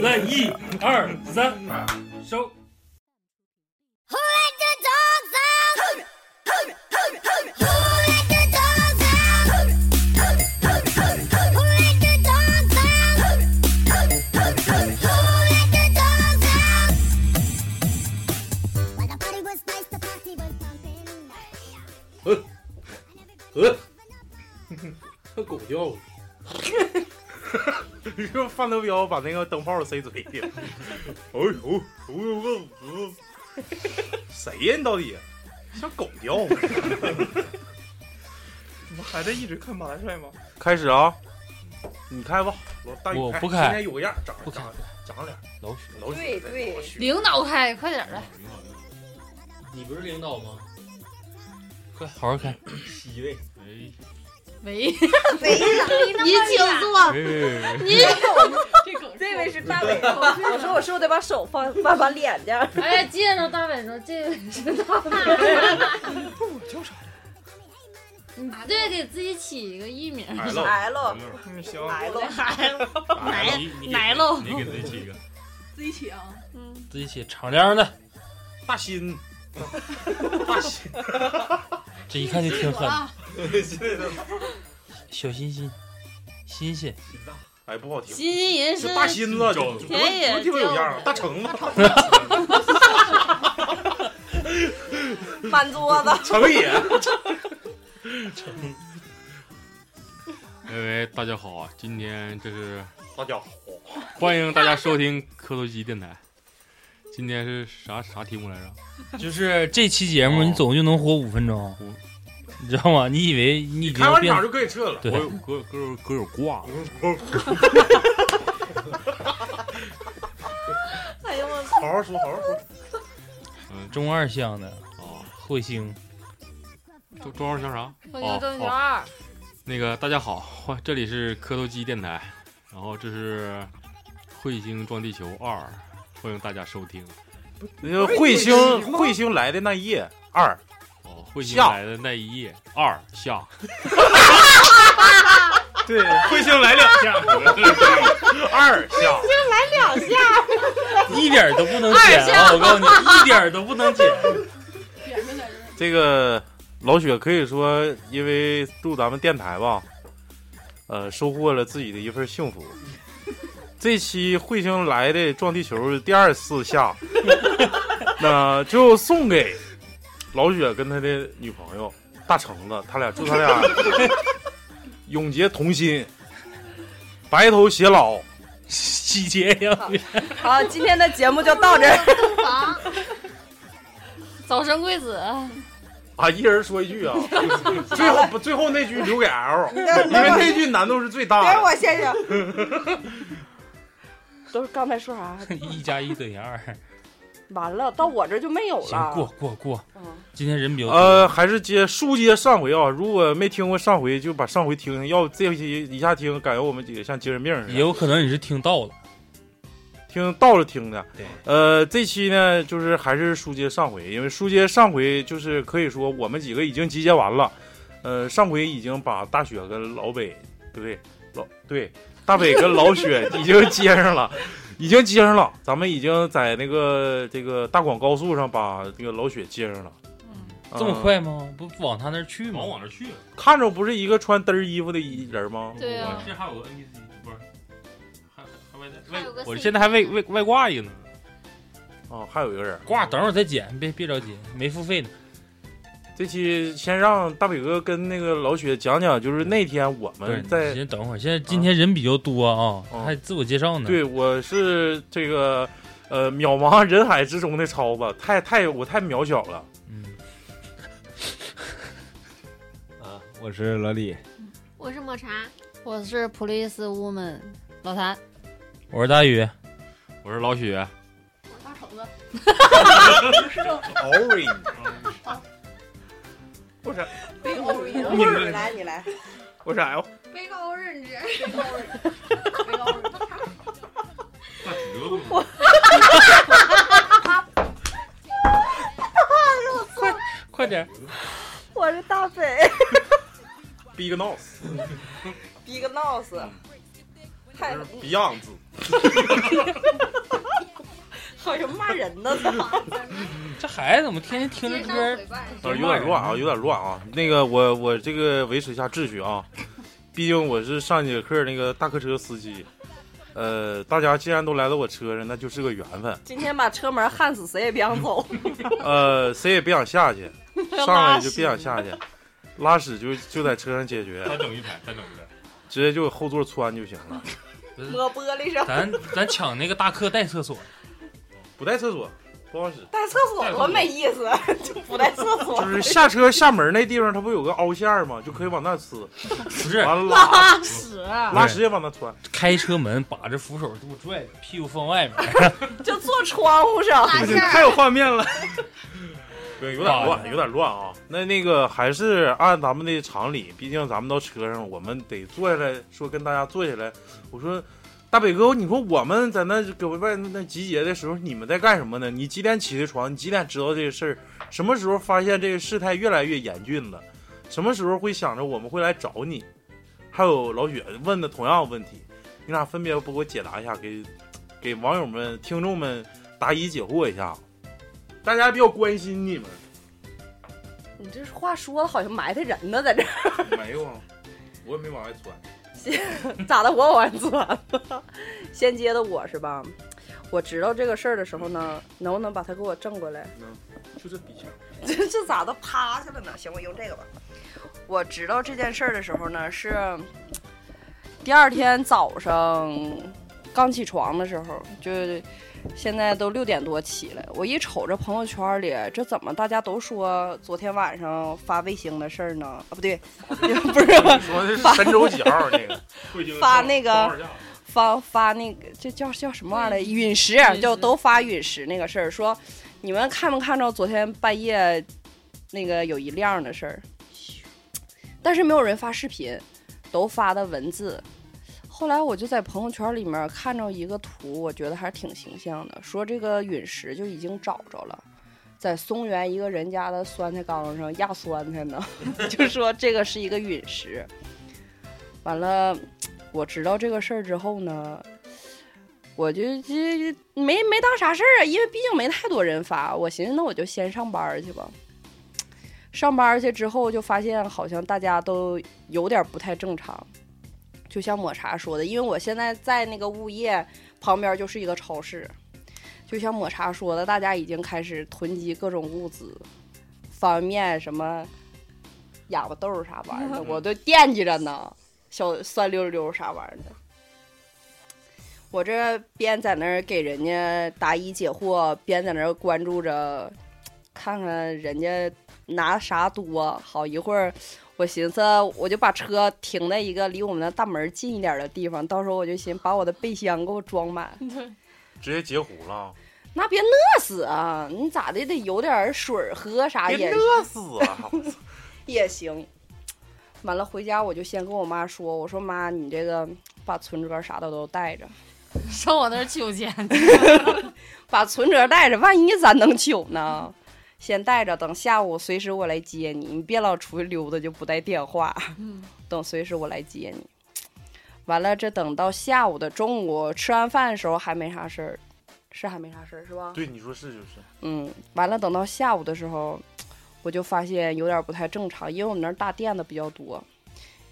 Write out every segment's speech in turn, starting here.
来一二三，啊收。呃，那狗叫了。你说范德彪把那个灯泡塞嘴里了？哎呦，哎呦， 谁呀？你到底像狗叫吗？你们还在一直看马大帅吗？开始啊，你开吧，老大宇我不开，开今天有个样，长不开长长脸，老许，老许对在对老许领导开，快点儿来！你不是领导吗？快，好好开。七位，喂，您谁呀？请坐。您这狗，这位是大伟。我说我是不是得把手放放把脸这儿？哎呀，接着大伟说，这位是大伟。你对，给自己起一个艺名。来了来了嗯，行，来 了，来了，来你你给来喽！你给自己起一个自己起啊。自己起敞亮的， 大新，大 新，这一看就挺狠。啊，小心心，欣 欣，哎，不好听，新新人是参大新子，就田野不地方有样儿，调大橙子，满桌子。橙野，各位哎大家好，今天这是大家好，欢迎大家收听磕头机电台。今天是啥啥题目来着？就是这期节目，哦你总就能活五分钟，你知道吗？你以为你已经开哦完变场就可以撤了。对我有歌歌歌有挂， 哎呦我，好好说，好好说。嗯中二向的啊，彗星，中中二叫啥？欢迎郑哦泉二，那个大家好，欢这里是磕头机电台，然后这是彗星撞地球二，欢迎大家收 听。那个彗星，彗星来的那一夜二，哦，彗星下来的那一夜二下，对，彗星来两下，二下， 一点都不能减啊！我告诉 你，一点都不能减。这个老雪可以说因为录咱们电台吧，呃，收获了自己的一份幸福。这期彗星来的撞地球第二次下，那就送给老雪跟他的女朋友大橙子，他俩祝他俩永结同心，白头偕老。洗劫呀，好，今天的节目就到这儿。 房，早生贵子，啊，一人说一句啊，最后不最后那句留给 L，因为 那句难度是最大的。我先生。 都是刚才说啥？ 一加一等于二，完了，到我这儿就没有行，哦过了。过过。嗯今天人比较多，呃，还是接书接上回啊，如果没听过上回，就把上回听听，要这期一下听，感觉我们几个像精神病似也的，有可能你是听到嗯了，听倒着听的。对，呃，这期呢，就是还是书接上回，因为书接上回就是可以说我们几个已经集结完了，呃，上回已经把大雪跟老北，对不对？老对，大北跟老雪已经接上了， 已经接上了，咱们已经在那个这个大广高速上把这个老雪接上了。嗯这么？快吗？不往他那儿去吗往？往那儿去。啊看着不是一个穿嘚儿衣服的一人吗？对啊我这还有个 NPC，不是，还还还外带还外有个我现在还外外外挂一个呢。啊，还有一个人。挂，等会儿再减，别别着急，没付费呢。这期先让大北哥跟那个老雪讲讲，就是那天我对，们在先等会儿，现在今天人比较多啊，哦啊还自我介绍呢。对，我是这个呃渺茫人海之中的超子，太太我太渺小了。嗯，啊，我是老李，我是抹茶，我是 police woman 老谭，我是大宇，我是老许，我大头。了。 Orange，我是背包日，你们来你来，我是 L，背包日，你这背包日，背包日。那挺热乎的。快点 我是大北，Big Nose， ，Big Nose，太是 Beyond 字， 好像骂人呢，这孩子怎么天天听着歌？啊，有点哎乱啊，有点乱啊。那个我我这个维持一下秩序啊，毕竟我是上节课那个大客车司机。呃，大家既然都来到我车上，那就是个缘分。今天把车门焊死，谁也别想走， 呃，谁也别想下去，上来就别想下去，拉屎就就在车上解决，单整一排，单整一排。直接就给后座穿就行了。摸玻璃上。咱咱抢那个大课带厕所，不带厕所，不好使。带厕所多没意思，就不带厕所。就是下车下门那地方，它不有个凹陷儿吗？就可以往那 呲，不是完了拉屎，啊拉屎也往那穿。开车门把着扶手肚拽，屁股放外面，就坐窗户上。太有画面了。对，有点乱，有点乱啊。那那个还是按咱们的常理，毕竟咱们到车上，我们得坐下来说跟大家坐下来。我说，大北哥，你说我们在那搁外那集结的时候，你们在干什么呢？你几点起的床？你几点知道这个事儿？什么时候发现这个事态越来越严峻了？什么时候会想着我们会来找你？还有老雪问的同样的问题，你俩分别不给我解答一下，给给网友们、听众们答疑解惑一下。大家比较关心你们，你这话说的好像埋汰人呢，在这儿 没有啊，我也没往外窜。咋的？我往上钻。先接的我是吧？我知道这个事儿的时候呢，能不能把他给我正过来？就这笔钱， 这这咋的趴下了呢？行，我用这个吧。我知道这件事儿的时候呢，是第二天早上刚起床的时候，就现在都六点多起来。我一瞅这朋友圈里，这怎么大家都说昨天晚上发卫星的事儿呢？啊，不对， 不是说的是神州几号那个？ 发那个发发那个这叫叫什么玩意儿来？陨石啊就都发陨石那个事儿，说你们看没看着昨天半夜那个有一亮的事儿，但是没有人发视频，都发的文字。后来我就在朋友圈里面看着一个图，我觉得还是挺形象的，说这个陨石就已经找着了。在松原一个人家的酸菜缸上压酸菜呢， 就说这个是一个陨石。完了，我知道这个事儿之后呢，我就这没没当啥事儿啊，因为毕竟没太多人发。我寻思那我就先上班儿去吧。上班儿去之后就发现好像大家都有点不太正常，就像抹茶说的，因为我现在在那个物业旁边就是一个超市，就像抹茶说的，大家已经开始囤积各种物资，方便面什么哑巴豆儿啥玩意儿的，我都惦记着呢。小酸溜溜啥玩意儿的。我这边在那儿给人家答疑解惑，边在那儿关注着，看看人家拿啥多。好一会儿，我寻思我就把车停在一个离我们的大门近一点的地方，到时候我就寻把我的备箱给我装满。直接截胡了，那别饿死啊！你咋的得有点水儿喝啥别也乐死啊！ 也行。完了回家我就先跟我妈说，我说妈，你这个把存折啥的都带着，上我那儿取钱去。把存折带着，万一咱能取呢？先带着，等下午随时我来接你，你别老出去溜达就不带电话， 等随时我来接你。完了，这等到下午的中午吃完饭的时候还没啥事儿，是还没啥事儿是吧？对，你说是就是，嗯，完了，等到下午的时候，我就发现有点不太正常，因为我们那儿大店的比较多，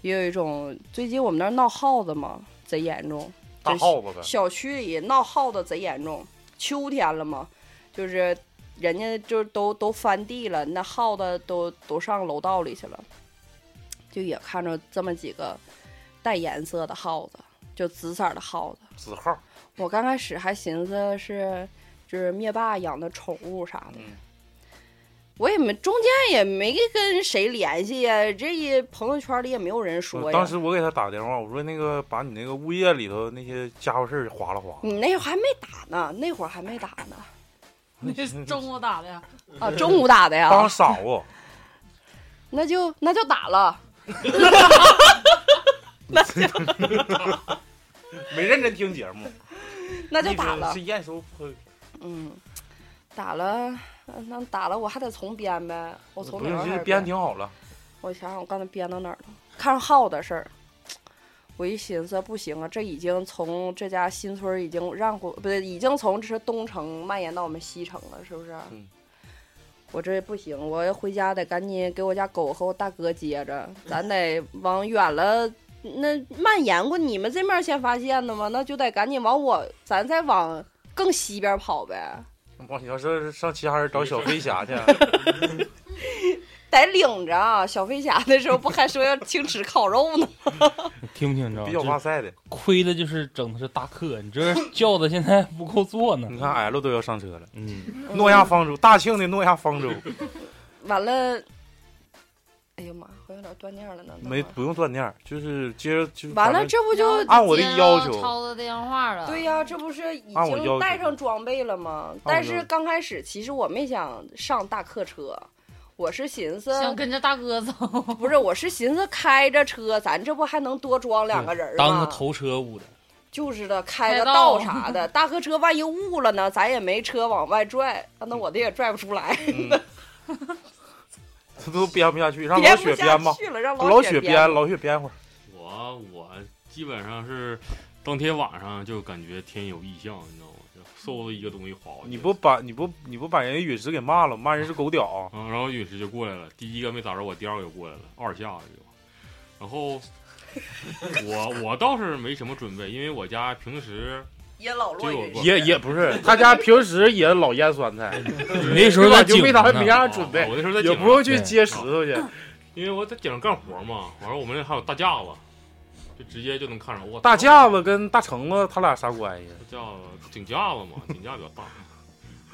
也有一种最近我们那儿闹耗子嘛，贼严重，大耗子呗。小区里闹耗子贼严重，秋天了嘛，就是人家就都都翻地了，那耗子都都上楼道里去了，就也看着这么几个带颜色的耗子，就紫色儿的耗子。子号，我刚开始还寻思是就是灭霸养的宠物啥嗯的，我也没中间也没跟谁联系呀、这一朋友圈里也没有人说呀。当时我给他打电话，我说那个把你那个物嗯业里头那些家伙事儿划拉划拉。你那会儿还没打呢，那会儿还没打呢。那是中午打的呀？啊，中午打的呀。嗯当啊傻 子，那就那就打了。那就没认真听节目，那就打了一直是验收破嗯，打了，呃那打了我还得重编呗。我从不哪用，块儿其开实始编挺好了。我想想，我刚才编到哪儿了？看号的事儿，我一寻思不行啊，这已经从这家新村儿已经让过，不对，已经从这是东城蔓延到我们西城了，是不是？嗯我这不行，我要回家得赶紧给我家狗和我大哥接着，咱得往远了。那蔓延过你们这面儿先发现的吗？那就得赶紧往我，咱再往更西边儿跑呗，往你要是上齐哈尔找小飞侠 去，得领着啊！小飞侠那时候不还说要清吃烤肉呢？ 听不听着？比较哇塞的，亏的就是整的是大客，你这轿子现在不够坐嗯呢。你看 L 都要上车了。嗯，诺亚方舟，大庆的诺亚方舟，完了，哎呀妈，我有点断念了呢。没不用断念儿，就是接着就完反了，正这不就按我的要求，超子电话了。对呀、这不是已按我要求经带上装备了按吗？我要但求是刚开始其实我没想上大客车，我是寻思想跟着大哥走，不是，我是寻思开着车，咱这不还能多装两个人儿当个吗？头车捂的，就是的，开开个道道啊啥的，大客车万一误了呢，咱也没车往外拽，啊那我的也拽不出来。这 都编不下去， 让编老不雪下编吧去了让，不老雪雪编老雪编会儿。我我基本上是当天晚上就感觉天有异象，你知道吗？就嗖的一个东西滑过去你不把你不你不把人家陨石给骂了，骂人是狗屌。啊，然后陨石就过来了，第一个没砸着我，第二个就过来了，二下子就。然后我我倒是没什么准备，因为我家平时也老就有过也也不是，他家平时也老腌酸菜，你 那时候对吧在就井没啥呢没啥准备，啊我那时候在也井不用去啊对接石头去。因为我在顶上干活嘛，完了我们那还有大架子，就直接就能看着我大架子跟大橙子他俩啥关系？啊架子 井架子嘛，井架比较大，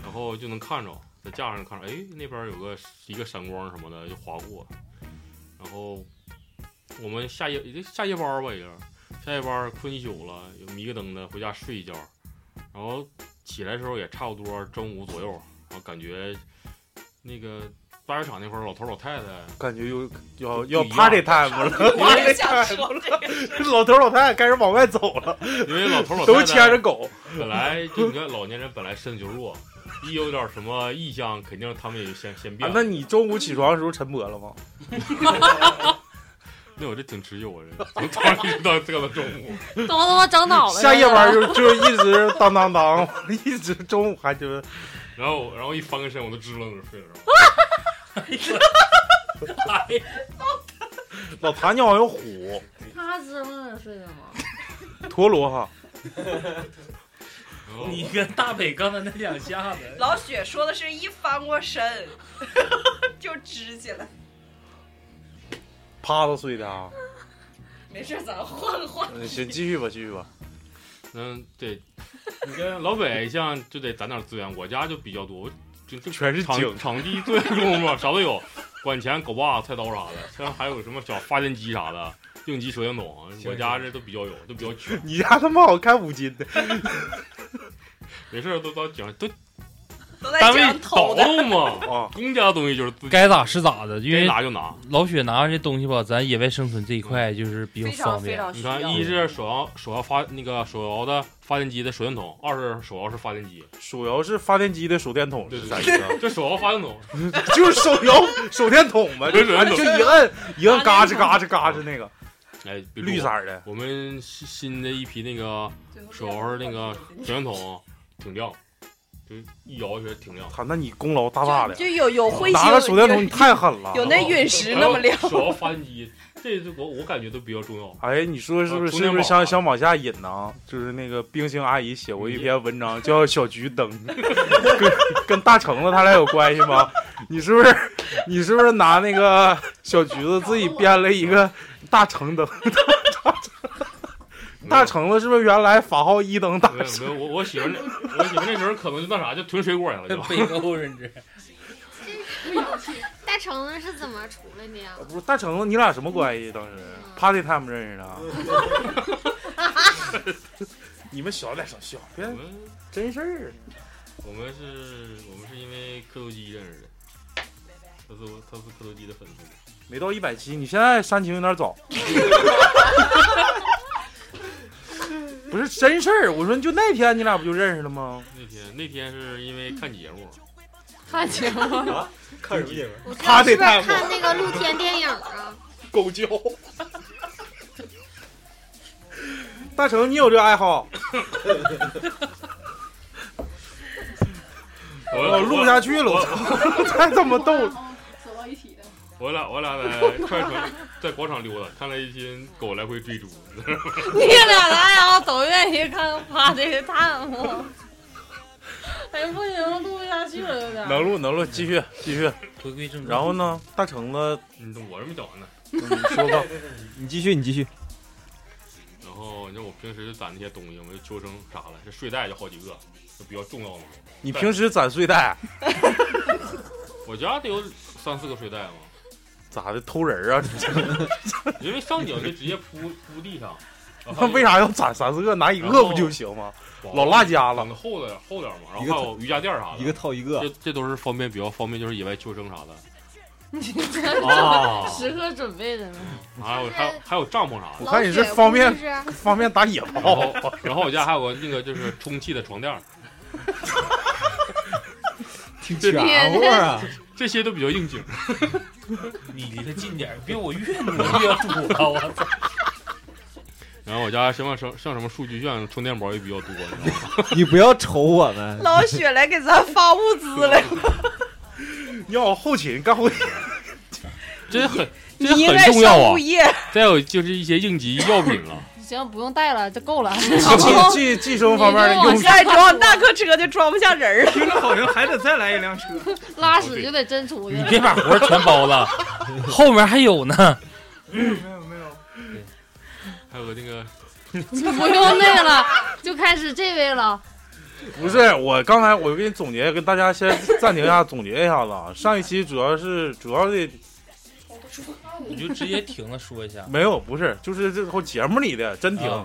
然后就能看着在架上看着，哎，那边有个一个闪光什么的就划过，然后我们下夜也就下夜班儿吧，也就是下夜班儿困一宿了，有迷个瞪的回家睡一觉，然后起来的时候也差不多中午左右，然后感觉那个大浴场那块儿老头儿老太太感觉又要就要不一样 party time 了，party time 了， 老头老太太开始往外走了，因为老头老太都太牵着狗。本来就你看老年人本来身体就弱，一有点什么异象，肯定他们也就先先啊变。那你中午起床的时候晨勃了吗？那我这挺持久啊，这从早上一直到这个中午，都他妈长脑袋。下夜班就就一直当当当， 一直中午还就是然后然后一翻个身我都支棱着睡着了。老谭你好像虎他支棱着睡的吗？陀螺哈，然 后你跟大北刚才那两下子，老雪说的是一翻过身 就支起来，趴着睡的啊。没事，咱换换。嗯，行，继续吧，继续吧。嗯，对，你跟老北像就得攒点资源，我家就比较多，我就就全是井场场地最多嘛，啥都有，管钳、镐把、菜刀啥的，现在还有什么小发电机啥的，应急手电筒，我家这都比较有，都比较全。你家他妈好看五金的，没事儿都到讲都都单位倒腾嘛，啊公家的东西就是自 己该咋是咋的，因该为拿就拿。老雪拿这东西吧，咱野外生存这一块就是比较非常方非便。常你需要看，。一是手摇手摇发那个手摇的发电机的手电筒，二是手摇式发电机，手摇是发电机的手电筒对是对啥意对思啊？ 这手摇发电筒，就是手摇手电筒呗，就对是手电筒就一摁一摁，嘎吱嘎吱嘎吱那个哎，比如绿色儿的。我们新新的一批那个手摇式那个手电筒啊挺亮，就一摇起来挺亮。操，那你功劳大大的就，有有彗星，拿个手电筒有你太狠了。有那陨石那么亮。然后手摇发电机，这我我感觉都比较重要。哎，你说是不是？啊充是电不是宝想啊想往下引呢？就是那个冰心阿姨写过一篇文嗯章，叫《小桔灯》， 跟跟大橙子他俩有关系吗？你是不是？你是不是拿那个小橘子自己编了一个大橙灯？ 大橙子是不是原来法号一等大没有没有，我我媳妇那我媳妇那时候可能就那啥，就囤水果去了， 就北欧认知，大橙子是怎么出来的呀？不是大橙子，你俩什么关系？当时 party time 认识的啊？ 你们小点声，小别我们真事儿。我我们是，我们是因为磕头机认识的，他是我，他是磕头机的粉丝。没到一百期，你现在煽情有点早。不是真事儿，我说就那天你俩不就认识了吗？那天那天是因为看节目，看节目啊，看什么节目他是不是看那个露天电影啊？狗叫。大成，你有这爱好？我我录不下去了，我 操！太他妈逗了。走到一起的，我俩我俩在快船在广场溜达，看了一群狗来回追逐。你俩的爱好都愿意看趴这个探吗？哎，不行，录不下去了，有点儿。能录能录，继续继续。回归正然后呢，大橙子，嗯，我是没讲完呢。你说吧，你继续，你继续。然后你知道我平时就攒那些东西，我就求生啥了，这睡袋就好几个，就比较重要嘛。你平时攒睡袋我家得有三四个睡袋嘛，咋的？偷人啊？因为上脚就直接铺铺地上。然后那 为啥要攒三四个？拿一个不就行吗？老落家了攒。个厚点厚点嘛，然一后个还有瑜伽垫啥的，一个套一个这这都是方便比较方便，就是野外求生啥的。你啊这时刻准备着呢。还有还有还有帐篷啥的。我看你是方便方便打野然炮后。然后我家还有个那个就是充气的床垫儿，这全乎啊！这些都比较应景。你离他近点儿，别我越挪越堵了，我操！然后我家什么什像什么数据卷、充电宝也比较多，你知道吗？你不要瞅我们，老雪来给咱发物资了，你往后勤干后勤，这 很你这应很该重要上啊物业。 再有就是一些应急药品了，行，不用带了，这够了。寄寄生方面的你就往用下品。再装大客车就装不下 人儿。听着好像还得再来一辆车。拉屎就得真出去。你别把活儿全包了， 后面还有呢。 还有那个 不用那个了，就开始这位了。 不是，我刚才我给你总结，跟大家先暂停一下，总结一下子啊。上一期主要是主要的你就直接停了说一下。没有，不是，就是这后节目里的真停。啊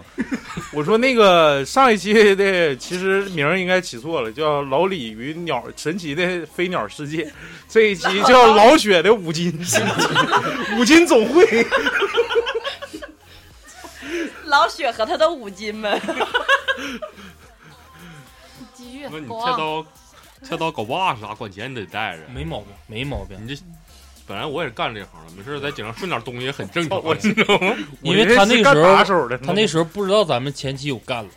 我说那个上一期的其实名儿应该起错了，叫《老李与鸟神奇的飞鸟世界》，这一期叫《老雪的五金世界》 五金总会。老雪和他的五金们，继续啊那你菜刀菜刀镐把啥管钱你得带着，没毛病，没毛病。你这本来我也是干这行的，没事儿在井上顺点东西也很 正常，我知道吗？因为他那个时候，他那候时候不知道咱们前期有干了，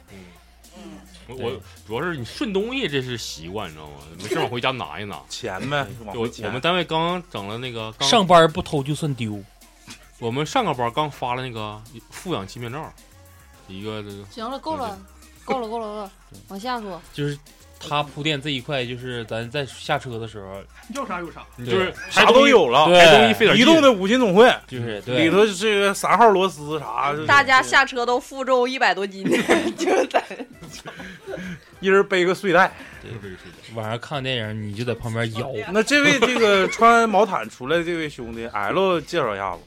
我主要是你顺东西这是习惯，你知道吗？没事儿往回家拿一 拿钱呗，往我回钱我们单位刚整了那个刚上班不偷就算丢。我们上个班刚发了那个富养欺骗照，一个这个行了，够嗯了，够了，够了，够了，往下说。就是他铺垫这一块，就是咱在下车的时候，要啥有啥。你就是啥都有了，对，移动的五金总会就是对里头这个三号螺丝啥，大家下车都负重一百多斤， 就在一人背个睡袋。晚上看电影你就在旁边摇。那这位这个穿毛毯出来的这位兄弟 L 介绍一下子。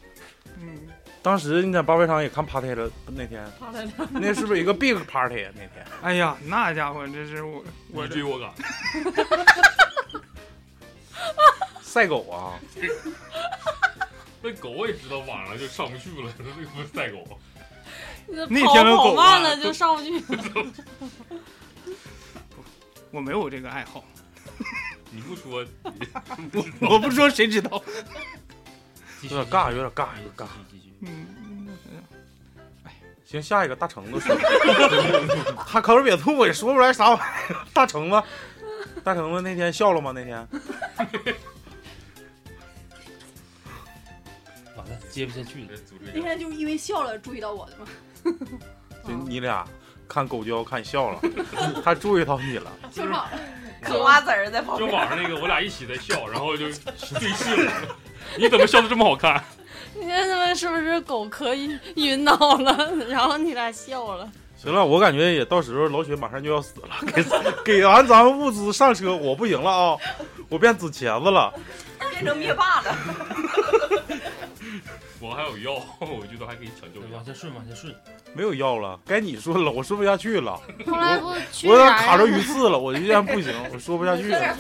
嗯，当时你在八百场也看 party 了，那天趴在那是不是一个 big party 啊那天？哎呀，那家伙这是我我你追我赶，赛狗啊！那狗也知道晚上就上不去了， 那不是赛狗。那天的跑狗慢啊了就上不去 了。我没有这个爱好，你不说， 我不说谁知道？有点尬，有点尬，有点尬。嗯，行，下一个大橙子说， 他口别吐，我也说不出来啥玩意儿。大橙子，大橙子那天笑了吗？那天完了，接不下去了。那天就是因为笑了注意到我的嘛。就嗯你俩看狗叫看笑了，他注意到你了。就场嗑瓜子儿在旁就边。晚上那个我俩一起在笑，然后就 对视了。你怎么笑的这么好看？你看他们是不是狗磕晕晕倒了，然后你俩笑了？行了，我感觉也到时候老雪马上就要死了，给给完咱们物资上车，我不行了啊、我变紫茄子了。变成灭霸了。我还有药，我觉得还可以抢救一下。往下顺，往下顺。没有药了，该你说了，我说不下去了。 后来不去我有点哪儿卡着了鱼刺了，我就这样不行，我说不下去了。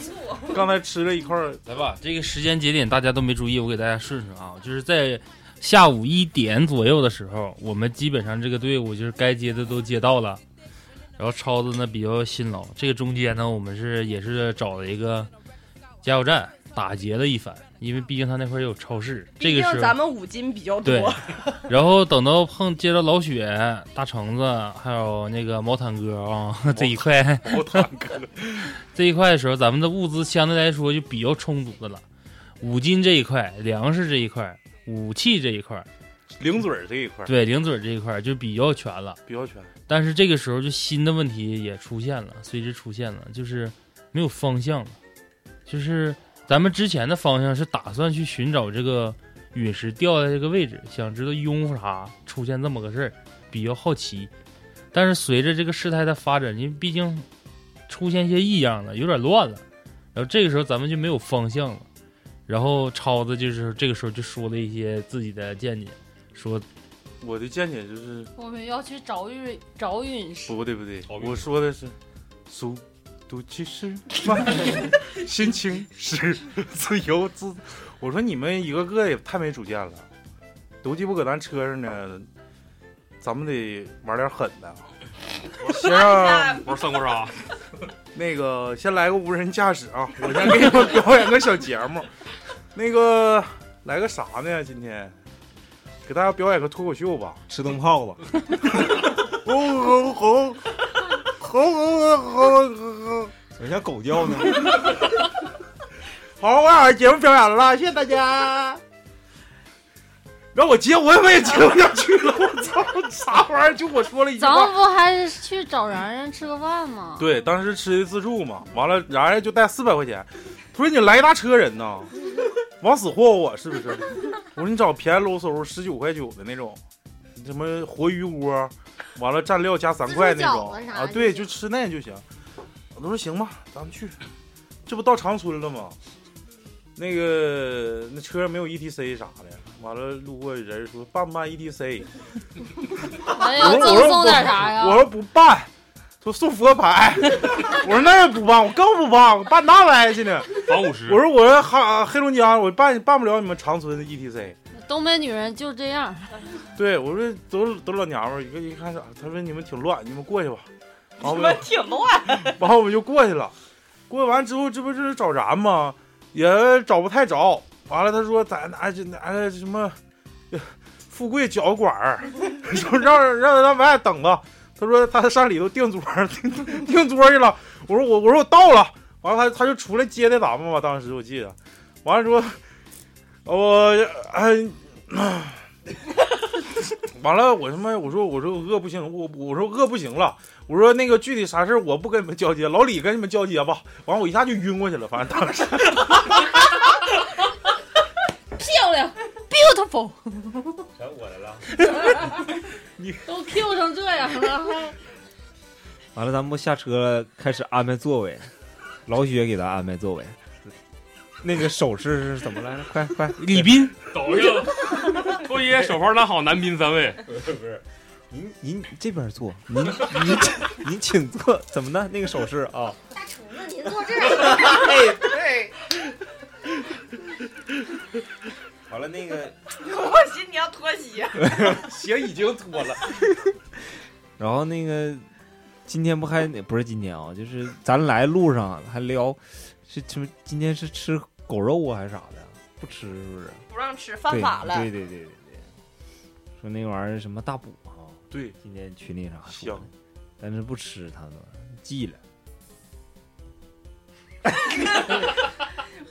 刚才吃了一块，来吧，这个时间节点大家都没注意，我给大家顺顺啊，就是在下午一点左右的时候，我们基本上这个队伍就是该接的都接到了，然后超子呢比较辛劳，这个中间呢我们是也是找了一个加油站打劫了一番，因为毕竟他那块儿也有超市，这毕个竟时候咱们五金比较对多，然后等到碰接着老雪、大橙子，还有那个毛坦哥啊、 这一块，毛坦哥这一块的时候，咱们的物资相对来说就比较充足的了。五金这一块，粮食这一块，武器这一块，零嘴儿这一块，对，零嘴这一块就比较全了，比较全。但是这个时候，就新的问题也出现了，随之出现了，就是没有方向了。就是咱们之前的方向是打算去寻找这个陨石掉在这个位置，想知道因为啥出现这么个事儿，比较好奇。但是随着这个事态的发展，因为毕竟出现一些异样了，有点乱了。然后这个时候咱们就没有方向了。然后超子就是这个时候就说了一些自己的见解，说我的见解就是我们要去找陨找陨石，不对不对，我说的是速度其实慢，心情是自由自。我说你们一个个也太没主见了，都鸡巴搁咱车上呢，咱们得玩点狠的。先啊让玩三国杀，那个先来个无人驾驶啊，我先给你们表演个小节目。那个来个啥呢？今天给大家表演个脱口秀吧，吃灯泡子。吼吼吼吼吼吼吼！怎么像狗叫呢？好，我俩节目表演了，谢谢大家。让我接，我我也接不下去了，我操，啥玩意儿？就我说了一句 咱们话。不还是去找然然吃个饭嗯吗？对，当时吃的自助嘛，完了，然后就带四百块钱，他说你来一大车人呐，往死霍霍我是不是？ 我说你找便宜搂嗖十九块九的那种，什么活鱼窝，完了蘸料加三块那种自助饺子啥啊，的对，就吃那就行。我都说行吧，咱们去，这不到长春了吗？那个那车上没有 ETC 啥的，完了路过人说，E 办不办 ETC？我哎呀，说赠我说送点啥呀？不我说不办，说送佛牌， 我说那也不办，我更不办，我办那玩意儿去呢。房五十，我说我说哈黑龙江，我办办不了你们长春的 ETC。东北女人就这样，对，我说都都老娘们儿，一个一看啥，他说你们挺乱，你们过去吧。完我我们们挺乱。完我们就过去了。过去完之后，这不是找咱吗？也找不太着。完了，他说咱拿这拿这什么，呃富贵脚管儿， 说让让他外等着。他说他上里头订桌儿 订订桌儿去了。我说我我说我到了。完了他他就出来接待咱们嘛，当时我记得。完了说，我哎。 完了，我他妈，我说我说我饿不行，我我说饿不行了，我说那个具体啥事儿我不跟你们交接，老李跟你们交接吧。完我一下就晕过去了，反正当时漂亮，beautiful，全我来 了。都 Q 成这样了，还完了，咱们不下车了，开始安排座位。 老许也给咱安排座位。那个手势是怎么来着？快 快，李斌， 抖一下子，拖爷手牌拿好，男宾三位。不是，您您这边坐，您您您请坐，怎么的？那个手势啊，大厨子，您坐这哎对，完了那个，我寻你要脱鞋，鞋已经脱了。然后那个今天不还不是今天啊，就是咱来路上还聊，是什么？今天是吃狗肉啊还是啥的？不吃是不是？不让吃，犯法了。对对对对对对，说那玩意儿什么大补啊？对，今天群里啥说的，但是不吃他们记了。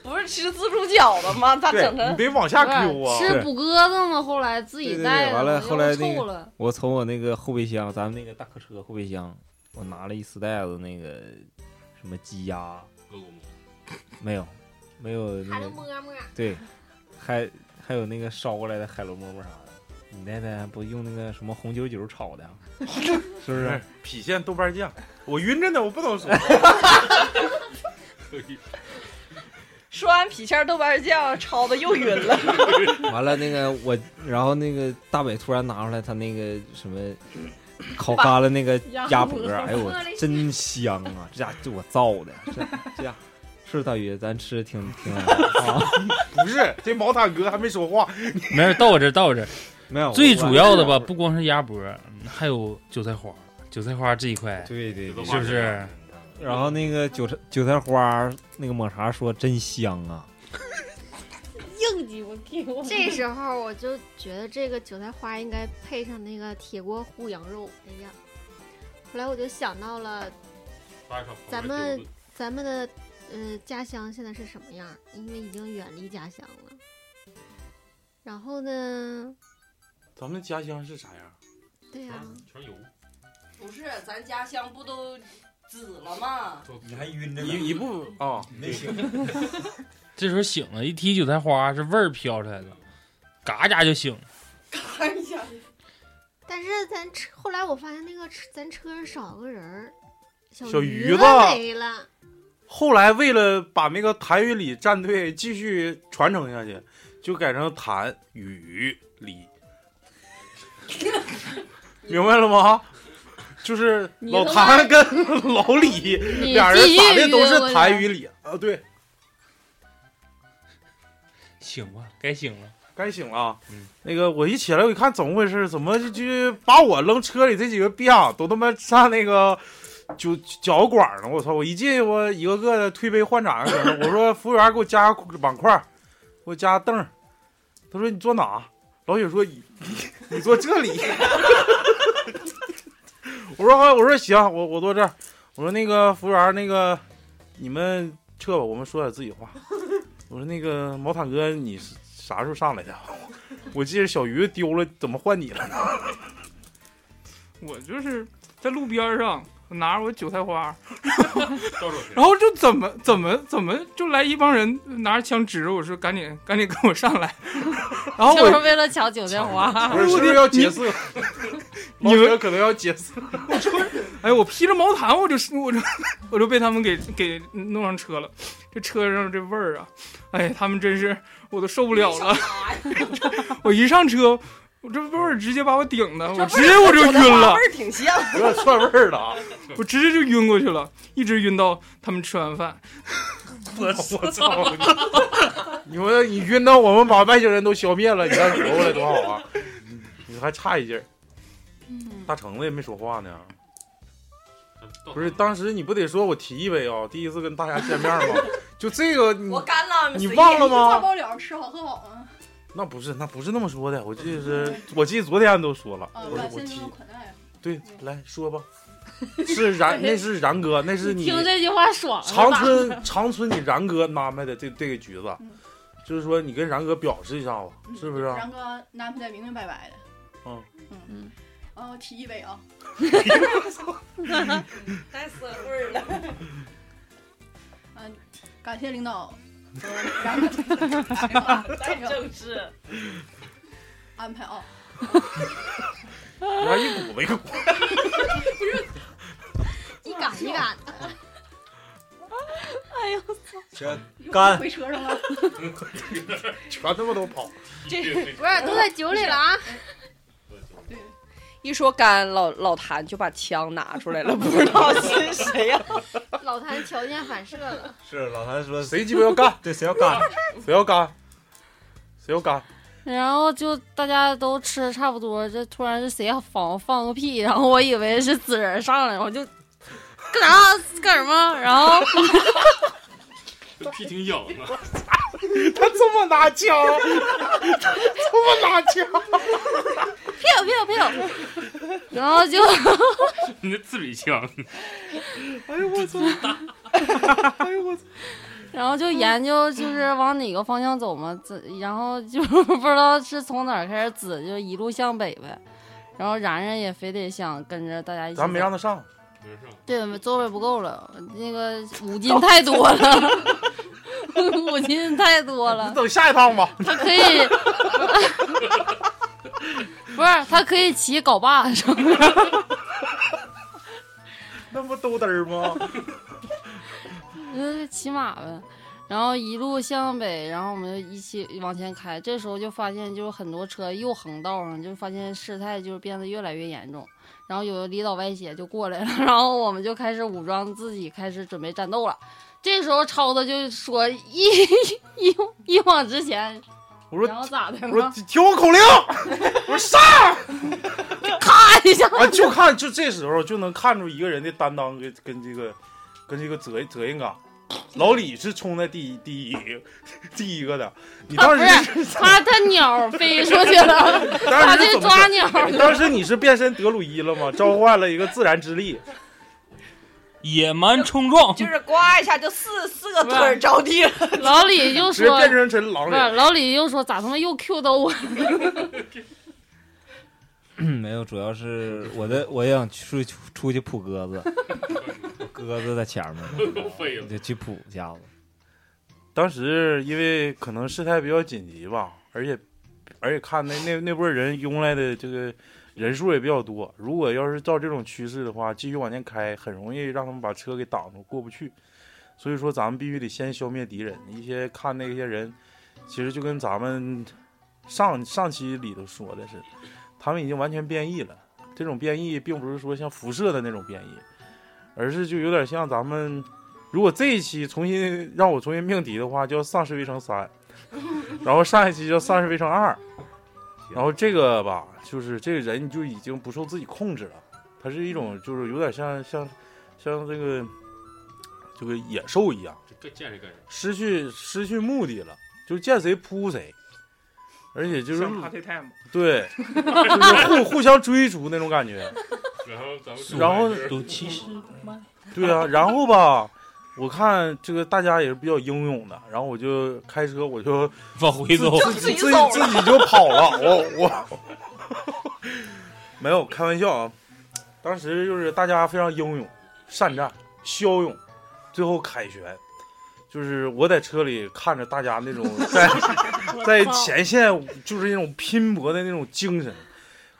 不是吃自助饺子吗？他整成啊吃补鸽子吗？后来自己对对带啊对，的，完了我后来那臭个了。我从我那个后备箱，咱们那个大客车后备箱，我拿了一丝袋子那个什么鸡鸭，没有，没有那还个有馍馍对，还还有那个烧过来的海螺沫沫啥的。你那天不用那个什么红酒酒炒 的，啊是不是？郫县豆瓣酱，我晕着呢，我不能说。说完皮馅儿豆瓣酱，抄的又晕了。完了那个我，然后那个大北突然拿出来他那个什么烤干了那个鸭脖，哎呦我真香啊！这家就我造的，这这家是大宇，咱吃的挺挺好 啊。不是，这毛坦哥还没说话，没事，到我这儿，到我这儿，没有最主要的吧，不光是鸭脖，嗯还有韭菜花，韭菜花这一块，对对对是不是？然后那个韭菜韭菜花那个抹茶说真香啊，应激我给我。这 时候我就觉得这个韭菜花应该配上那个铁锅烀羊肉。哎呀，后来我就想到了咱们咱们的呃家乡现在是什么样？因为已经远离家乡了。然后呢？咱们家乡是啥样？对啊呀、全油，不是，咱家乡不都紫了吗？你还晕着一一步啊，没醒。这时候醒了，一提韭菜花，这味儿飘出来了，嘎嘎就醒了。看一下，但是咱车后来我发现那个车咱车上少个人儿，小鱼鱼子没了。后来为了把那个谭与李战队继续传承下去，就改成谭与 李，明白了吗？就是老谭跟老李你俩人打的都继续是谭与约李啊，对，醒吧，该醒了。该醒了啊。嗯那个我一起来我一看怎么回事，怎么就就把我扔车里这几个逼样都他妈上那个酒脚馆呢？我操！我一进我一个个的推杯换盏的搁那，我说 服务员给我加个碗筷儿，给我加凳儿。他说你坐哪？老雪说你你你坐这里。 我说好，我说行，我我坐这儿。我说那个服务员，那个你们撤吧，我们说点自己话。 我说那个毛坦哥，你是啥时候上来的？ 我记得小鱼丢了，怎么换你了呢？我就是在路边上拿着我韭菜花，然后就怎么怎么怎么就来一帮人拿着枪指着我说赶紧赶紧跟我上来，然后 就是我为了抢韭菜花，不是是不是要劫色？你们可能要劫色，哎，我披着毛毯，我就是我就 我就被他们给给弄上车了。这车上这味儿啊，哎，他们真是我都受不了 了。啊 我一上车，我这味儿直接把我顶的，我直接哎我就晕了味，儿挺像。有点串味儿了啊！我直接就晕过去了，一直晕到他们吃完饭。我操！你说你晕到我们把外星人都消灭了，你再活过来多好啊！你还差一劲儿。大橙子也没说话呢。不是，当时你不得说我提一杯啊？第一次跟大家见面吗？就这个，你我干了，嗯你忘了话吗？爆了，吃好喝好啊！那不是，那不是那么说的。我记是，我记得昨天都说了。啊，哦我说感我谢提您的款待。对，来说吧。是然，那是然哥，那是你。听这句话爽了长吧春，长春，你然哥安排的这这个局子，就是说你跟然哥表示一下吧，是不是啊？然哥安排的明明白白的，嗯，嗯，哦，提一杯啊！太社会了。嗯，感谢领导，呃然哥，太正式，安排啊！你还一股子一个股，一杆一杆 的，哎呦我操！干回车上了， 全他妈都跑。这不是都在酒里了啊？一说干，老老谭就把枪拿出来了，不知道是谁呀、老谭条件反射了，是老谭说谁鸡巴要干？对，谁要干？谁要干？谁要干？ 然后就大家都吃的差不多，这突然是谁要放放个屁，然后我以为是紫人上来，我就干啥干什么，然后这屁挺痒啊！ 他这么拿枪， 他这么拿枪， 飘飘飘，然后就 你那自己枪，，哎呦我操！哎呦我操！然后就研究就是往哪个方向走嘛，紫，然后就不知道是从哪儿开始紫，就一路向北呗。然后然然也非得想跟着大家一起走，咱没让他上，对，座位不够了，那个五斤太多了， 五斤太 多了。等下一趟吧。他可以， 不是他可以骑镐把上， 那不兜嘚儿吗？嗯骑马呗。然后一路向北，然后我们就一起往前开。这时候就发现，就是很多车右横道上，就发现事态就是变得越来越严重。然后有的离岛歪斜就过来了， 然后我们就开始武装自己，开始准备战斗了。这时候超子就说一一一往直前，我说然后咋的我吗说？听我口令， 我说上，咔一下，啊，就看就这时候就能看出一个人的担当跟跟这个跟这个责责任感。老李是冲在第一第一 第一个的，你他当啊不时是他，他鸟飞出去了， 当他时是就怎么抓着鸟去了。当时你是变身德鲁伊了吗？召唤了一个自然之力，野蛮冲撞，就是呱一下就四四个腿儿着地了。老李就直接说，变成成狼不人是。老李又说咋他妈又 Q 到我？嗯没有，主要 是我的，我也想出去出去扑鸽子， 我鸽子在前面呢废了我就去扑一下子。当时因为可能事态比较紧急吧，而且而且看那那那波人涌来的这个人数也比较多，如果要是照这种趋势的话，继续往前开，很容易让他们把车给挡住，过不去。所以说，咱们必须得先消灭敌人。一些看那些人，其实就跟咱们上上期里头说的是，他们已经完全变异了。这种变异并不是说像辐射的那种变异，而是就有点像咱们，如果这一期重新让我重新命题的话，叫《丧尸围城三》，然后上一期叫《丧尸围城二》，然后这个吧，就是这个人就已经不受自己控制了，他是一种就是有点像像像这个这个野兽一样，这见谁干谁。失去失去目的了，就是见谁扑谁，而且就是像 Party Time 对，就是互互相追逐那种感觉。然后咱们说然后完事儿 对啊，然后吧，我看这个大家也是比较英勇的，然后我就开车我就往回走自己自己自己走了自己就跑了，我我 没有开玩笑啊，当时就是大家非常英勇、善战、骁勇，最后凯旋。就是我在车里看着大家那种在在前线，就是那种拼搏的那种精神，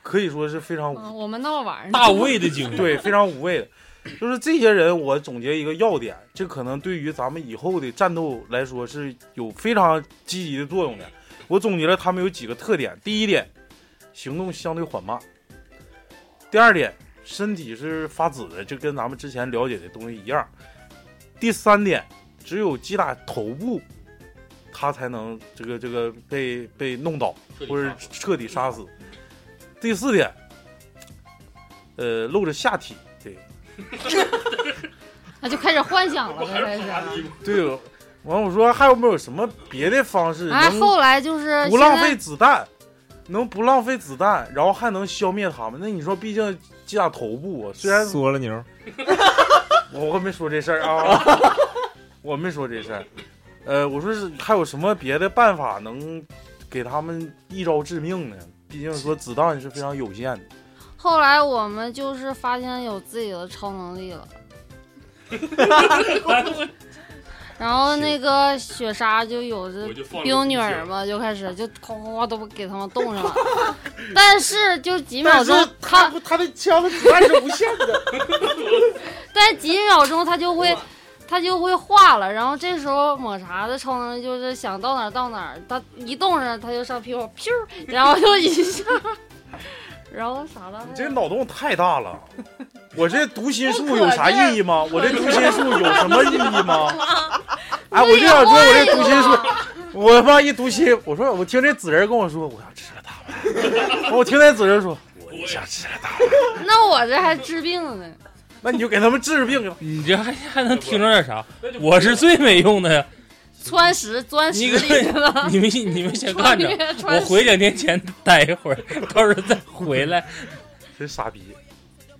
可以说是非常嗯我们闹玩儿呢对，非常无畏的。就是这些人，我总结一个要点，这可能对于咱们以后的战斗来说是有非常积极的作用的。我总结了他们有几个特点：第一点，行动相对缓慢；第二点，身体是发紫的，就跟咱们之前了解的东西一样；第三点，只有击打头部，他才能这个这个被被弄倒或者彻底杀死；第四点，呃，露着下体，对，他就开始幻想了，就开 始。对，完我说还有没有什么别的方式哎，能后来就是不现浪在费子弹，能不浪费子弹，然后还能消灭他们？那你说，毕竟击打头部啊，虽然缩了牛，我我没说这事儿 啊，我没说这事儿。呃，我说是还有什么别的办法能给他们一招致命呢？毕竟说子弹是非常有限的。后来我们就是发现有自己的超能力 了。然后那个雪莎就有这冰女儿嘛，就开始就夸夸夸都给他们冻 上了，但是就几秒钟，他他的枪的子弹是无限的，但几秒钟他就会他就会化了，然后这时候抹茶的超能力就是想到哪儿到哪儿，他一冻上他就上屁股，噗，然后就一下，然后啥了？你这脑洞太大了， 我这读心术有啥意义吗？我这读心术有什么意义吗？哎，我就想说，我这读心术，哎我他妈一读心，我说我听这纸人跟我说，我要吃了他们， 我听那纸人说，我也想吃了他们，那我这还治病呢。那你就给他们治病吧。啊你这还还能听着点啥？我是最没用的呀！钻石钻石你里去个，了你们你们 先看着啊穿越，穿我越回两天前待一会儿，到时候再回来。真傻逼，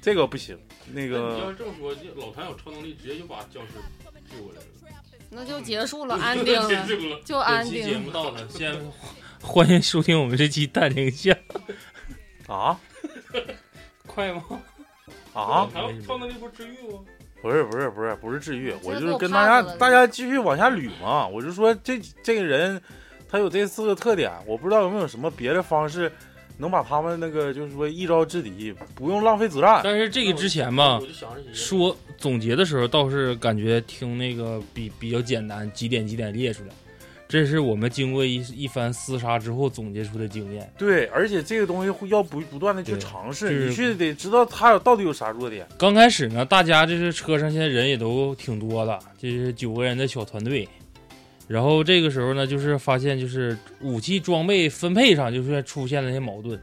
这个不行，那你要个是这么说，就老谭有超能力，直接就把僵尸救过来了。 那就结束了，安定结束了了，就安定本期了。节目到了，先欢迎收听我们这期《淡定下》啊快吗？啊，还有超能力不是治愈吗？不是不是不是不是治愈，我给就是我跟大趴家着了大家继续往下捋嘛。我就说这这个人，他有这四个特点，我不知道有没有什么别的方式能把他们那个就是说一招制敌，不用浪费子弹。但是这个之前吧，说总结的时候倒是感觉听那个比比较简单，几点几点列出来，这是我们经过一一番厮杀之后总结出的经验。对，而且这个东西会要不不断的去尝试，就是你去得知道它有到底有啥弱点。刚开始呢，大家就是车上现在人也都挺多的，就是九个人的小团队。然后这个时候呢，就是发现就是武器装备分配上就是出现了一些矛盾，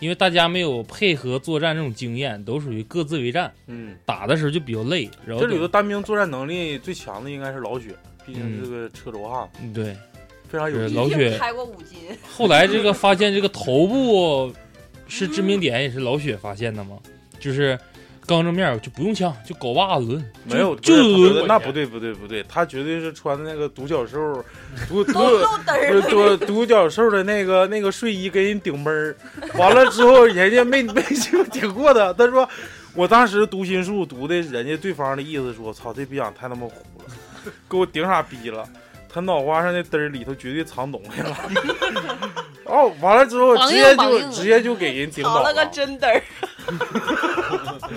因为大家没有配合作战这种经验，都属于各自为战，嗯，打的时候就比较累。然后这里头单兵作战能力最强的应该是老雪，毕竟是个车轴汉，嗯对，非常有是意思老雪开过五金后来这个发现这个头部是致命点，也是老雪发现的吗？就是刚正面就不用枪，就狗袜子抡，没有就不对不对抡。那不对不对不对，他绝对是穿的那个独角兽，独独露嘚儿独独角兽的那个那个睡衣给人顶闷儿，完了之后人家没没经顶过他，他说我当时读心术读的人家对方的意思说，操这逼养太他妈虎了，给我顶傻逼了。他脑瓜上那嘚儿里头绝对藏东西了， 哦，完了之后绑直硬接绑就硬了直接就给人顶倒藏了个真嘚儿，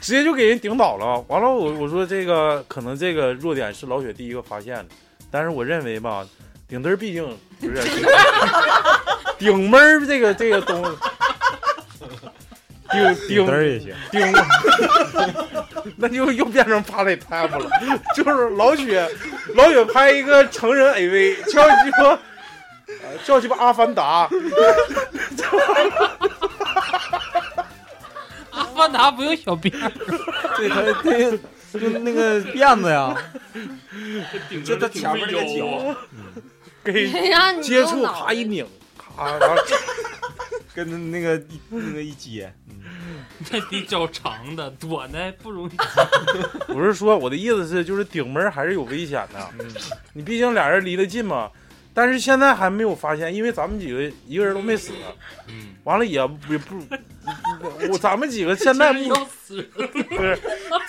直接就给人顶倒了。完了，我我说这个可能这个弱点是老雪第一个发现的，但是我认为吧，顶灯毕竟不是顶门儿这个这个东西，顶顶嘚儿也行，顶，那就又变成帕累 time 了，就是老雪老雪拍一个成人 AV，叫鸡巴。呃叫鸡巴阿凡达，阿凡达不用小辫，对他对就那个辫子呀，就他前面那个脚，给哎呀 你接触动脑啪一拧，咔，然 后跟那个一那个一接，那得找长的，短的不容易。我是说，我的意思是，就是顶门儿还是有危险的。你毕竟俩人离得近嘛，但是现在还没有发现，因为咱们几个一个人都没死。嗯，完了也也不，我咱们几个现 在目要死人了不是，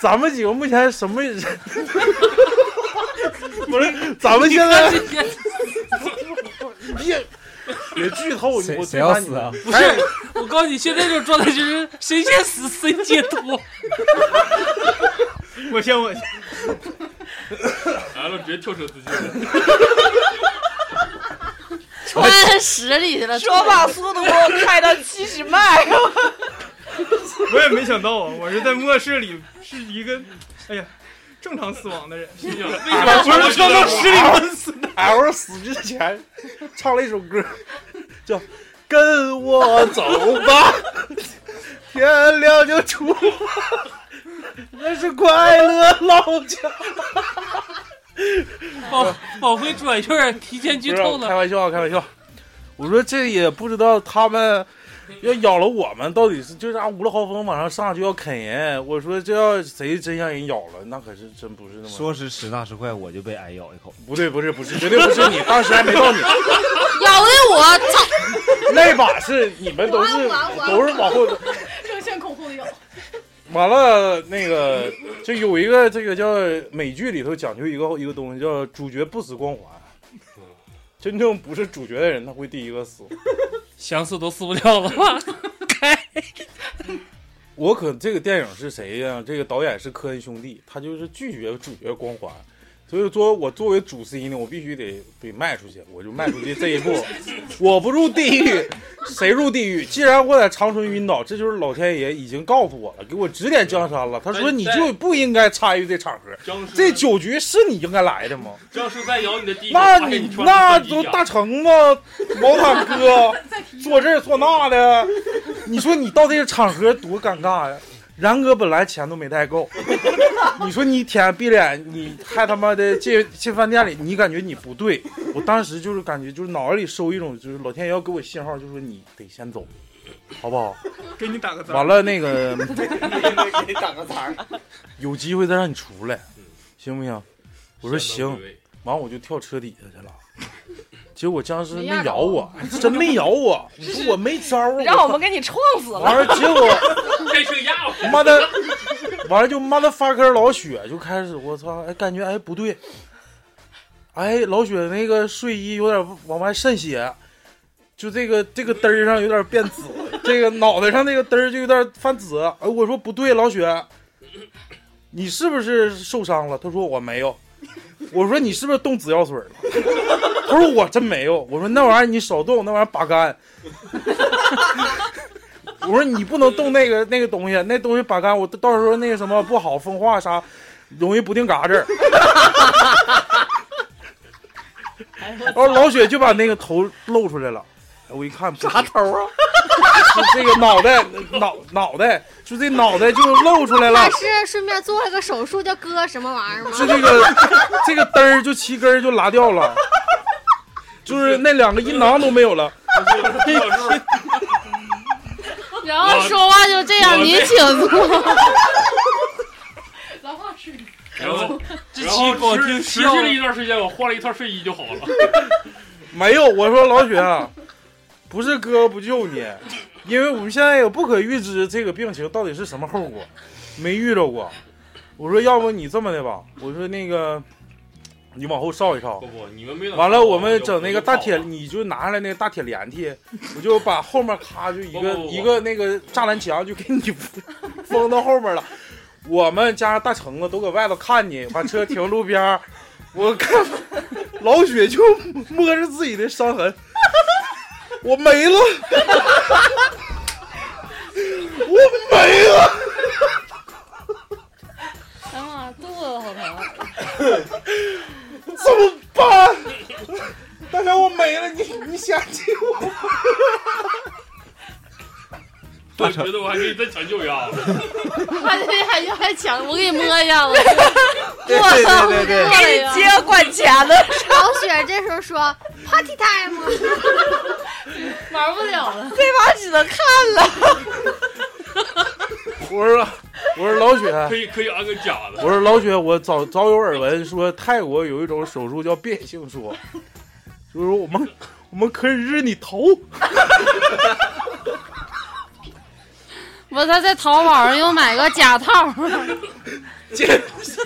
咱们几个目前什么？不是，咱们现在别别剧透，谁我谁要死啊不哎是，我告诉你，现在这种状态就是谁先死谁解脱。我先我先，完了直接跳车自尽了。穿十里去了，说把速度开到七十迈，我也没想到啊，我是在末世里是一个，哎呀，正常死亡的人，为什么不是说到十里面死？L 死之前唱了一首歌，叫《跟我走吧》，天亮就出发，那是快乐老家。往往回转一圈，提前剧透不是开玩笑啊，开玩笑。我说这也不知道他们要咬了我们，到底是就啥无了豪风往上上就要啃人。我说这要谁真让人咬了，那可是真不是那么。说时迟那时快，我就被挨咬一口。不对，不是，不是，绝对不是你，当时还没到你。咬的我 操！那把是你们都是我我我都是往后走争先恐后的有。完了，那个就有一个这个叫美剧里头讲究一个一个东西叫主角不死光环，真正不是主角的人他会第一个死。想死都死不了了吧？我可这个电影是谁呀、这个导演是科恩兄弟，他就是拒绝主角光环，所以说我作为主 C 呢，我必须得得迈出去，我就迈出去这一步，我不入地狱，谁入地狱？既然我在长春晕倒，这就是老天爷已经告诉我了，给我指点江山了。他说你就不应该参与这场合，这酒局是你应该来的吗？僵尸在咬你的第一口，发那现你你穿的那穿都衣大甲橙子、毛毯哥坐这儿坐那的，你说你到这个场合多尴尬呀！然哥本来钱都没带够，你说你舔逼脸，你还他妈的进进饭店里，你感觉你不对。我当时就是感觉就是脑袋里收一种就是老天爷要给我信号，就是你得先走，好不好？给你打个字。 完了那个给你打个叉。有机会再让你出来，行不行？我说行，完我就跳车底下去了。结果僵尸没咬我， 真没咬我，我说我没招儿啊，让我们给你撞死 了。完了结果开车压我，妈的，完了就 motherfucker 老雪就开始，我操，哎，感觉哎不对，哎，老雪那个睡衣有点往外渗血，就这个这个嘚儿上有点变紫，这个脑袋上那个嘚儿就有点泛紫。哎，我说不对，老雪，你是不是受伤了？他说我没有。我说你是不是动紫药水了？他说我真没有。我说那玩意儿你少动，那玩意儿拔干。我说你不能动那个那个东西，那东西拔干，我到时候那个什么不好风化啥，容易不定嘎子。然后老雪就把那个头露出来了，哎我一看啥头啊？这个脑袋脑脑袋就这脑袋就露出来了他，是顺便做了个手术，叫割什么玩意儿吗？就这个这个嘚儿就齐根儿就拉掉了，就是那两个阴囊都没有了。然后说话就这样，您请 坐。老话是你 然后这期给我听持续笑了一段时间，我换了一套睡衣就好了。没有，我说老雪啊，不是哥不救你，因为我们现在也不可预知这个病情到底是什么后果，没遇着过。我说要不你这么的吧，我说那个你往后稍一稍，不，你们没等完了我我们整那个大铁，我就跑了你就拿下来那个大铁帘屉，我就把后面咔就一个不不不一个那个栅栏墙就给你封到后面了。我们加上大橙子都搁外头看你，把车停路边儿我看老雪就摸着自己的伤痕，我没了，我没了。哎呀妈，肚子好 疼！啊怎么办？大家我没了，你你想起我？我觉得我还可以再抢救一下子。还得还要还抢，我给你摸一下子。 对我操对对对我给你接管钱的。老哦雪这时候说 “party time”， 玩不了 了。这把只能看了。 我说我说老雪，可以可以安个假的。我说老雪，我早早有耳闻说泰国有一种手术叫变性术，就是说我们我们可以日你头，我他在淘宝上又买个假套，结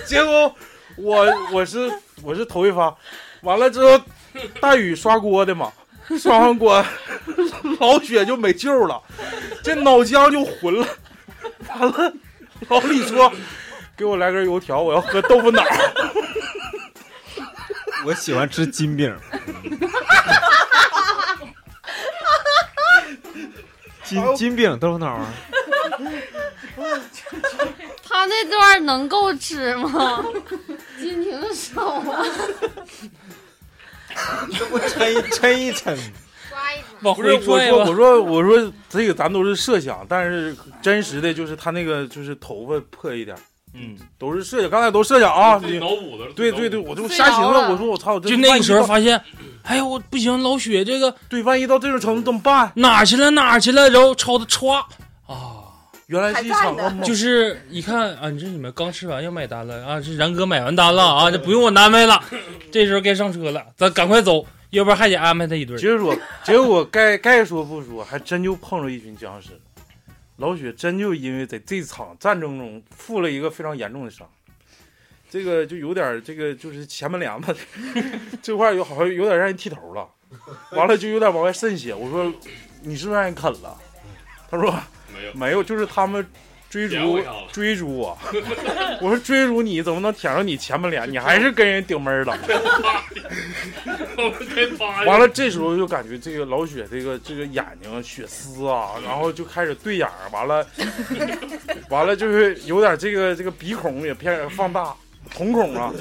结果我我是我是头一发，完了之后大宇刷锅的嘛，刷完锅老雪就没救了，这脑浆就浑了，完了老李说给我来根油条，我要喝豆腐 脑儿。我喜欢吃金饼，金金饼豆腐脑啊，他那段能够吃吗？金挺手啊， 我抻抻一抻。不是我说我说我说这个咱们都是设想，但是真实的就是他那个就是头发破一点儿，嗯，都是设想，刚才都设想啊，自己你脑补的对自己对对，脑补我的就瞎寻睡着了思，我说我操，我这就那个时候万一到发现，哎呦我不行，老雪这个对，万一到这种程度怎么办？哪儿去了哪儿去了，然后抄的歘啊，原来是一场哦噩梦，就是一看啊，你这你们刚吃完要买单了啊，这然哥买完单了啊，这不用我安排了，这时候该上车了，咱赶快走，要不然还得安排他一顿。结果结果该该说不说，还真就碰着一群僵尸。老雪真就因为在这场战争中负了一个非常严重的伤，这个就有点儿这个就是前门帘子 这块儿有好像有点让人剃头了，完了就有点往外渗血。我说你是不是让人啃了？他说没有没有，就是他们追舔我逐一下子追逐我。 我说追逐你怎么能舔着你前门帘？你还是跟人顶门儿了。我们该扒完了，这时候就感觉这个老雪这个这个眼睛血丝啊，然后就开始对眼儿，完了，完了就是有点这个这个鼻孔也偏放大，瞳孔啊，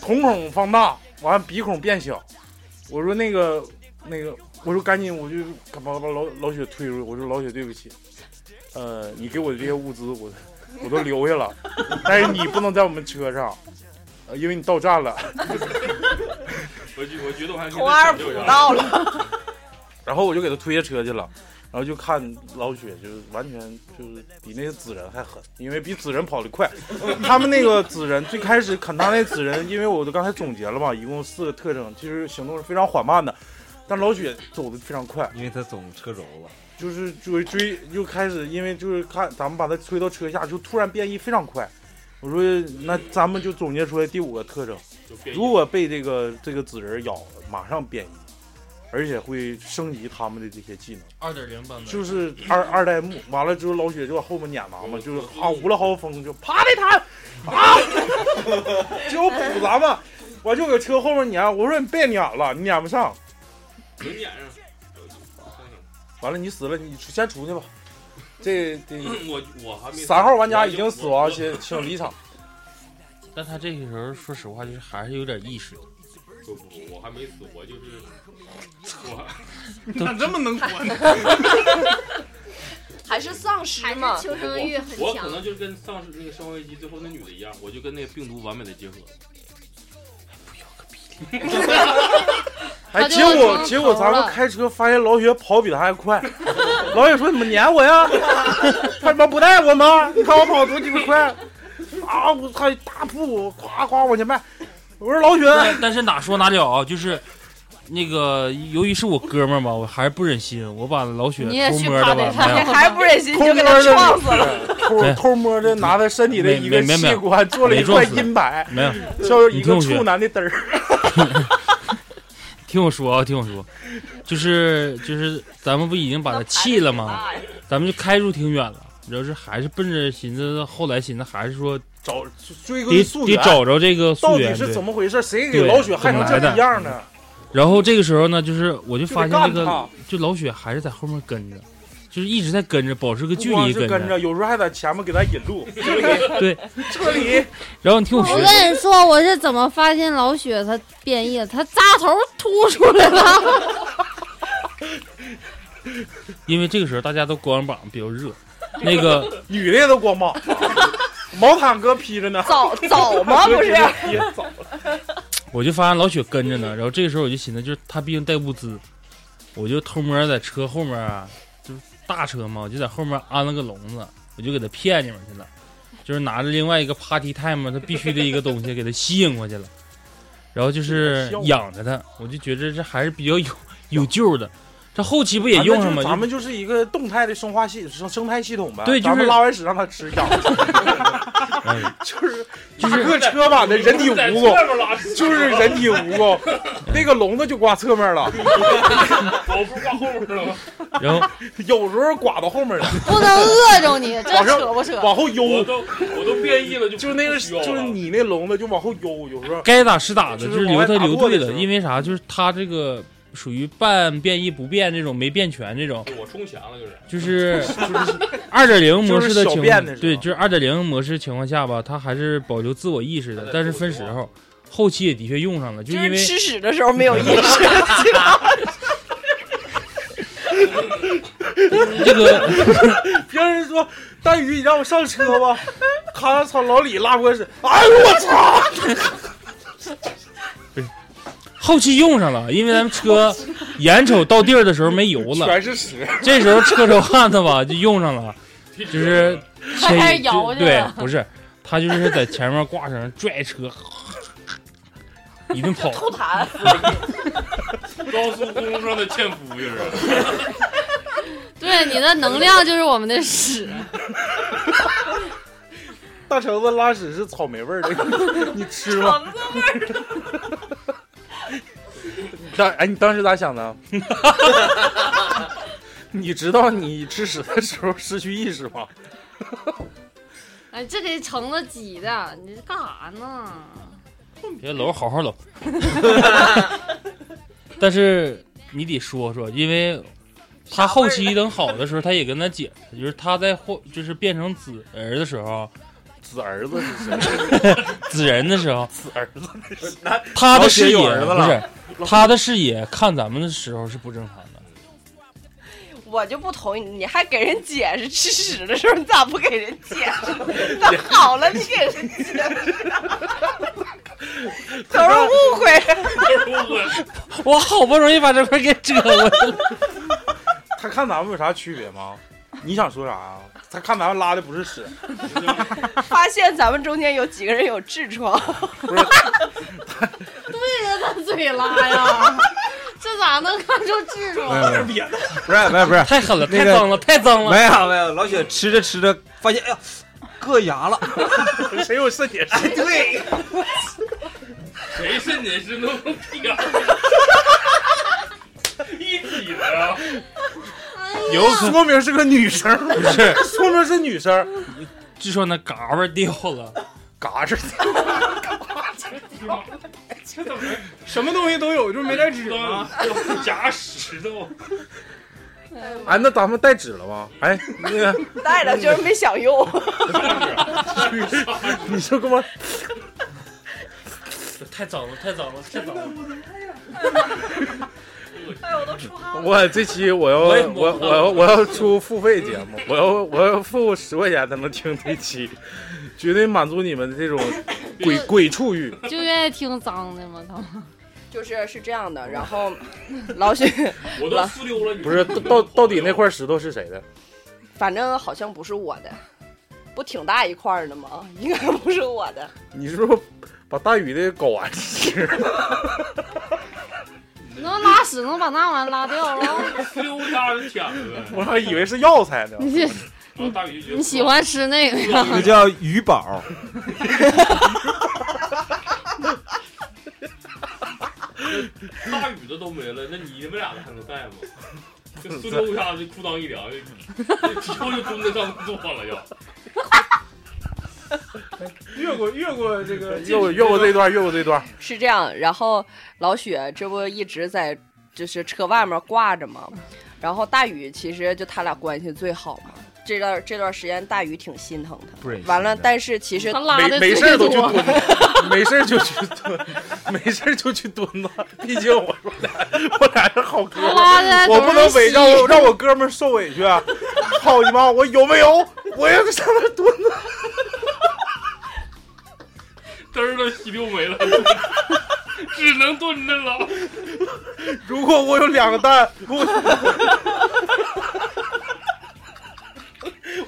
瞳孔放大，完了鼻孔变小。我说那个那个，我说赶紧，我就赶把把老老雪推出去。我说老雪，对不起，呃，你给我的这些物资，我我都留下了，但是你不能在我们车上，呃因为你到站了。我觉我觉得我还可以红二再抢救一补下子到了。然后我就给他推下车去了，然后就看老雪就是完全就是比那个紫人还狠，因为比紫人跑得快。 他们那个紫人最开始砍他那紫人，因为我都刚才总结了嘛，一共四个特征，其实行动是非常缓慢的，但老雪走的非常快，因为他总车啊轴了。就是追追又开始，因为就是看咱们把他推到车下，就突然变异非常快。我说那咱们就总结出来第五个特征就变，异如果被这个这个紫人咬了，马上变异。而且会升级他们的这些技能。二点零版本就是二二代目，完了之后老雪就往后面撵咱们，就是啊无了豪风就啪的他啊， 就补咱们，我就搁车后面撵，我说你别撵了，你撵不上，没撵上。完了你死了，你出先出去吧。这这我我还没三号玩家已经死亡，请请离场。但他这个时候说实话，就是还是有点意啊识。不不，我还没死，我就是我你咋这么能活呢？ 还是丧尸嘛，还是求生欲很我强可能就跟丧尸那个《生化危机》最后那女的一样，我就跟那个病毒完美的结合。哎，他就结往果上结果咱跑们了开车发现老雪跑比他还快，老雪说：“你们撵我呀！ 他妈不带我吗？你看我跑多鸡巴快！”啊，我操，大步夸夸往前迈。我说老雪，但但是哪说哪了啊，就是那个，由于是我哥们儿嘛，我还是不忍心，我把老雪你也偷去摸的吧，趴着没有他还不忍心 你偷摸就给他的撞死了。偷偷摸的拿他身体的一个哎没没没器有官做了一没撞块死阴摆，没有就是一你听个我处说男 的嘚儿。听我说啊，听我说，就是就是，咱们不已经把他气了吗？哎咱们就开入挺远了，你知道是还是奔着寻思，后来寻思还是说找追得根溯得源，找着这个到溯源底是对怎么回事？谁给对老雪害怎么成这来的个样呢？然后这个时候呢，就是我就发现那就得个干他，就老雪还是在后面跟着，就是一直在跟着，保持个不距光离是跟着。着，有时候还在前面给他引 路。这里，对，这里，然后你听我我说，跟你说，我是怎么发现老雪她变异，她扎头凸出来了。因为这个时候大家都光膀比较热，那个女的也都光 膀，毛毯哥披着呢。早早吗不 是披着早我就发现老雪跟着呢。然后这个时候我就寻思，就是他毕竟带物资，我就偷摸在车后面啊，就是大车嘛，我就在后面安了个笼子，我就给他骗里面去了，就是拿着另外一个 party time 他必须的一个东西给他吸引过去了，然后就是养着他，我就觉着这还是比较有 有救的。这后期不也用上吗？咱们就是咱们就是一个动态的生化系生生态系统呗。对就是咱们拉完屎让他吃养着，哎就是就是个车版的人体蜈在外面拉蚣，屎就是人体蜈蚣， 那个笼子就挂侧面了，我不是挂后面了吗？然后有时候刮到后面了，不能饿着你，这往上扯不扯？往后悠，我都我都变异了，就就是那个就是你那笼子就往后悠，有时候该打是打的，就就是是留他往外打留过对的时了，候因为啥？就是他这个属于半变异不变这种，没变全这种，我充钱了，就是就是二点零模式的情就是小便况的时，候对，就是二点零模式情况下吧，他还是保留自我意识的，哎但是分时啊候，后期也的确用上了，就因为吃屎的时候没有意识，这个别人说大宇，你让我上车吧，咔操老李拉泼屎，哎呦我操！后期用上了，因为咱们车眼瞅到地儿的时候没油了，全是屎这时候车手汉子吧就用上 了，就是前还是摇着对呢，不是他就是在前面挂绳拽车，一顿跑。 吐痰。高速公路上的纤夫就是。对，你的能量就是我们的屎。大橙子拉屎是草莓味儿的，你吃吗？你当哎，你当时咋想的？ 你知道你吃屎的时候失去意识吗？哎，这给橙子挤的，你这干啥 呢？别搂，好好搂。 但是你得说说，因为他后期等好的时候，他也跟他解释，就是他在后就是变成子儿的时候，子儿子是谁？ 子人的时候，子儿子，那他的视野老雪有儿子不是了，他的视野看咱们的时候是不正常的。我就不同意，你还给人解释吃屎的时候，你咋不给人解释呢？ 那好了， 你给人解释，都是误会，我好不容易把这块给遮过去了。他看咱们有啥区别吗？你想说啥啊？他看咱们拉的不是屎，发现咱们中间有几个人有痔疮，对呀，他嘴拉呀， 这咋能看出 痔没有疮？没不是不是不是， 太狠了，那太个脏了，太脏了。没有没有，老雪吃着吃着发现，哎呀，硌牙 了。谁有肾结石？对，谁是你是弄屁眼？一体的呀？ 有可能说明是个女生，不是， 说明是女生。据说那嘎巴掉了， 嘎吱这怎么什么东西都有，就是没带纸吗？夹石头？哎，那咱们带纸了吗？哎，那个带了就是没想用。你说干嘛？太脏了，太脏了，太脏了！哎，我都出汗了。我这期我要我也我我要我要出付费节目，我要我要付十块钱才能听这期，绝对满足你们这种鬼鬼畜欲。就愿意听脏的嘛，他 就是是这样的，然后老许， 我都撕溜了，你不是到到底那块石头是谁的？反正好像不是我的，不挺大哦一块儿的吗？应该不是我的。你是不是把大宇的睾丸 吃了？能拉屎能把那玩意儿拉掉了。溜达就舔了呗。我还以为是药材呢。 你这然后大鱼就你喜欢吃那个那呀？叫鱼宝，大宇的都没了，那你们俩的还能带吗？就苏 州一下子裤裆一凉，就直接就蹲在上坐了就。越过越过这 个越过越过这段，越过这段。是这样，然后老雪这不一直在就是车外面挂着吗？然后大宇其实就他俩关系最好嘛。这段这段时间大宇挺心疼他，不忍心完了，但是其实他拉没没事儿都去蹲，没事儿就去蹲，没事儿就去蹲吧。毕竟我我俩我俩是好哥们拉的儿，我不能委让我让我哥们儿受委屈啊。 操你妈！我有没有？我要上那儿蹲呢。 嘚儿都吸溜没了，只能蹲着了。如果我有两个蛋，我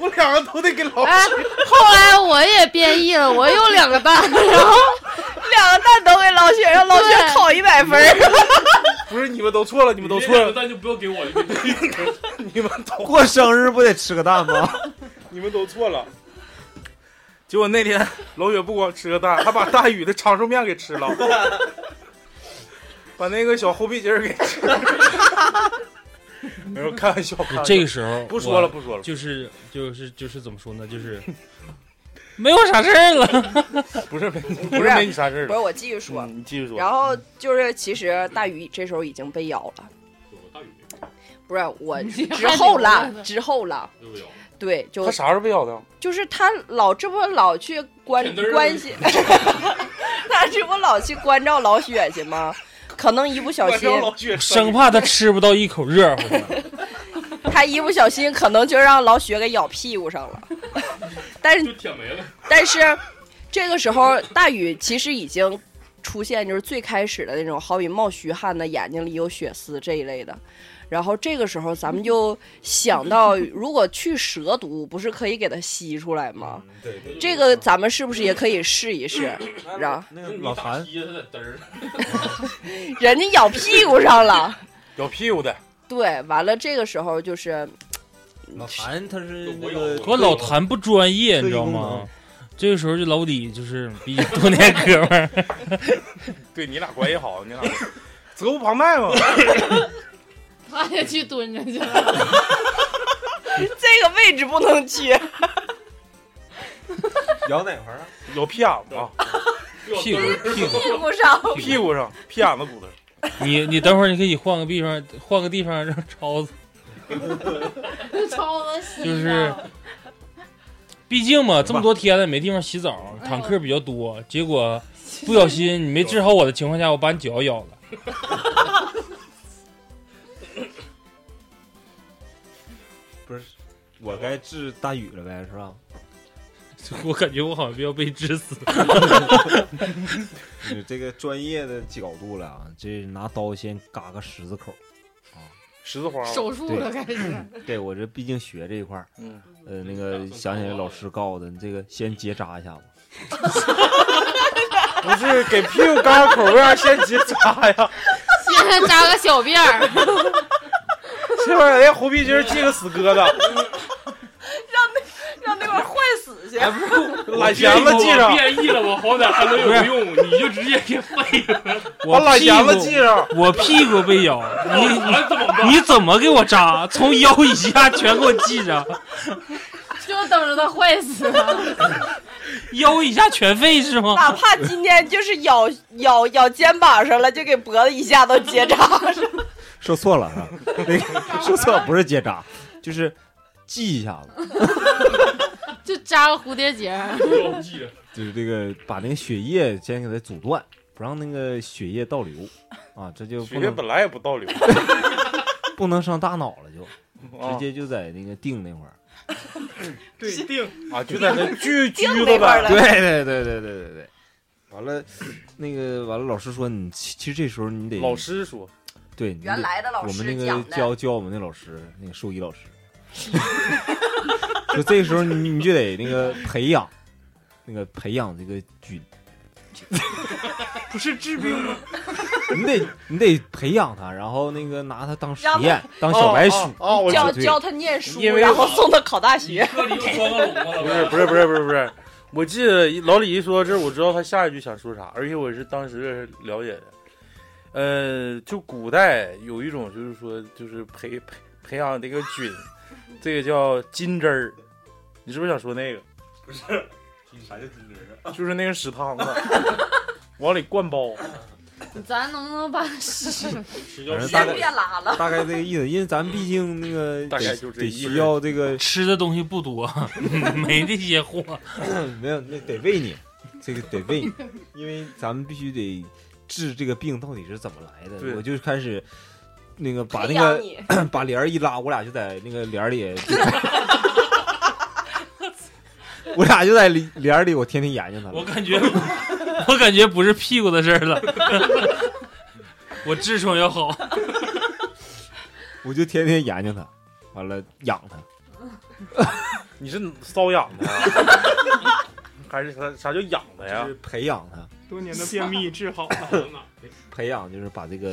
我两个都得给老哎，后来我也变异了，我有两个蛋，然后两个蛋都给老雪，让老雪对考一百分儿。不是你们都错了，你们都错那了，蛋就不要给我， 就给你们都过生日不得吃个蛋吗？你们都错了。结果那天老雪不光吃个蛋，还把大宇的长寿面给 吃了，把那个小后背筋儿给吃了。没有开玩笑，开玩笑这个时候不说了，我不说了。就是就是就是怎么说呢？就是没有啥事儿了，不是没不不是没你啥事儿了。不是我继续说，你继续说。然后就是其实大宇这时候已经被咬了，不是我之后了，之后了，对，就他啥时候被咬的？就是他老这不老去关舔嘚儿关心， 他这不老去关照老雪去吗？可能一不小心，生怕他吃不到一口热 乎的。他一不小心可能就让老雪给咬屁股上了。 但是舔没了。但是这个时候，大宇其实已经出现就是最开始的那种，好比冒虚汗的，眼睛里有血丝这一类的。然后这个时候，咱们就想到，如果去蛇毒，不是可以给它吸出来吗？对对这个咱们是不是也可以试一 试？然后 那个老谭噎他嘚儿。人家咬屁股上 了，咬屁股的，对，完了这个时候就是老谭他是那个可老谭不专业，你知道吗？这个时候就老李就是比你多年哥们儿，对你俩关系好，你俩责无旁贷嘛。 他也去蹲着去 了。这个位置不能去。咬哪块啊？咬屁眼子啊，屁股屁股屁股上， 屁股上，屁眼子骨头上。你你等会儿你可以换个地方，换个地方让超子，超恶心就是，毕竟嘛这么多天了没地方洗澡，哎躺客比较多，结果不小心你没治好我的情况下，我把你脚咬了。不是我该治大宇了呗，是吧？ 我感觉我好像要被致 死。你这个专业的角度了啊，这拿刀先嘎个十字 口，啊，十字花手术了开始。对我这毕竟学这一块儿，嗯，呃，那个想起来老师告诉的，你这个先结扎一下 子，不是给屁股嘎口为啥先结扎呀？现在扎个小辫儿，哎这玩意儿连红皮筋儿系个死疙瘩，让那让那块坏死行，懒闲了系上，变异了，我好歹还能有用，你就直接给废了。我懒闲了系上，我屁股被咬， 你你怎么给我扎？从腰以下全给我系上，就等着它坏死了。 腰以下全废是 吗？哪怕今天就是咬咬咬肩膀上了，就给脖子以下都结 扎上。 说错了啊， 那个说错了不是结扎，就是系一下子，就扎个蝴蝶结。啊就是这个把那个血液先给它阻断，不让那个血液倒 流啊，这就不血液能本来也不倒流，不能上大脑了就，啊直接就在那个腚那块儿，对 定啊，就在那锯锯对子 呗，对对对对对对，完了，那个完了，老师说你其其实这时候你得老师说，对，你得原来的老师我们那讲个的教教我们那老师，那个兽医老师，就这个时候你你就得那个培养，那个培养这个菌，不是治病吗？你得你得培养它，然后那个拿它当实让它验，当小哦白鼠，哦教对教他念书，因为然后送他考大 学。 不是不是不是不是不是，我记得老李一说这，我知道他下一句想说啥，而且我是当时了解的。呃，就古代有一种就是说就是培培培养这个菌，这个叫金针儿，你是不是想说那个？不是，啥叫金针啊？ 就是那个屎汤子，往里灌包。 咱能不能把 屎反正大先概别拉了？大概这个意思，因为咱毕竟那个大概得就这得意思需要这个 吃的东西不 多，没这些货。 没有，那得喂你，这个得喂你，因为咱们必须得治这个病到底是怎么来对的。我就开始那个把那培养个你 把帘儿一拉，我俩就在那个帘儿 里，我俩就在里帘儿里，我天天研究他 我们。感觉，我感觉不是屁股的事 儿了，我痔疮要好。我就天天研究他，完了养他。你是瘙痒的呀， 还是啥啥叫痒的哎呀？就是培养他，多年的便秘治好了。培养就是把这个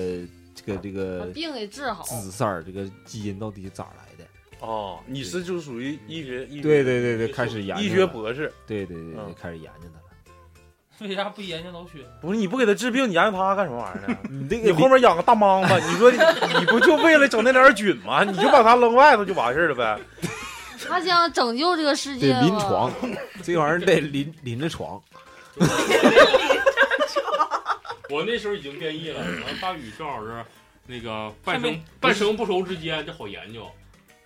这个这把个病给治啊好。呃紫色儿这个基因到底是咋来的？哦，你是就是属于医学医学对对对对，开始研究医学了博士，对对对对，开始研究它了。为啥不研究老雪？不是你不给他治病，你研究他干什么玩意儿呢？你这你后面养个大莽子，你说你你不就为了整那点儿菌吗？你就把它扔外头就完事儿了呗？他想拯救这个世界啊得吧，临床，这玩意儿得临临着床。我那时候已经变异了，然后大宇正好是那个半还生没半生不熟之间，这好研究。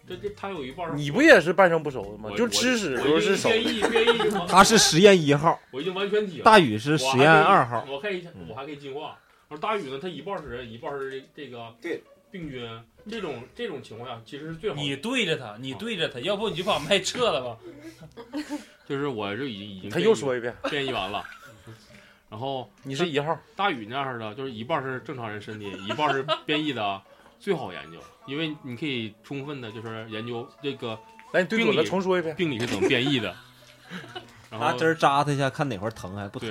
这这他有一半儿你不也是半生不熟的吗？我就吃屎我都已经是熟 的。变异变异了，他是实验一号，我已经完全体了。大宇是实验二号我还可以，我还可以进化。而大宇呢，他一半是人，一半是这个病菌。这种这种情况下，其实是最好的。你对着他，你对着他，要不你就把麦撤了吧。就是我就已经已经他又说一遍，变异完了。 然后你是一号，大宇那样的，就是一半是正常人身体，一半是变异的，最好研究，因为你可以充分的就是研究这个来，你对病准了理重说一遍病理是怎么变异 的。然后啊拿针儿扎他一下，看哪块儿疼还不疼。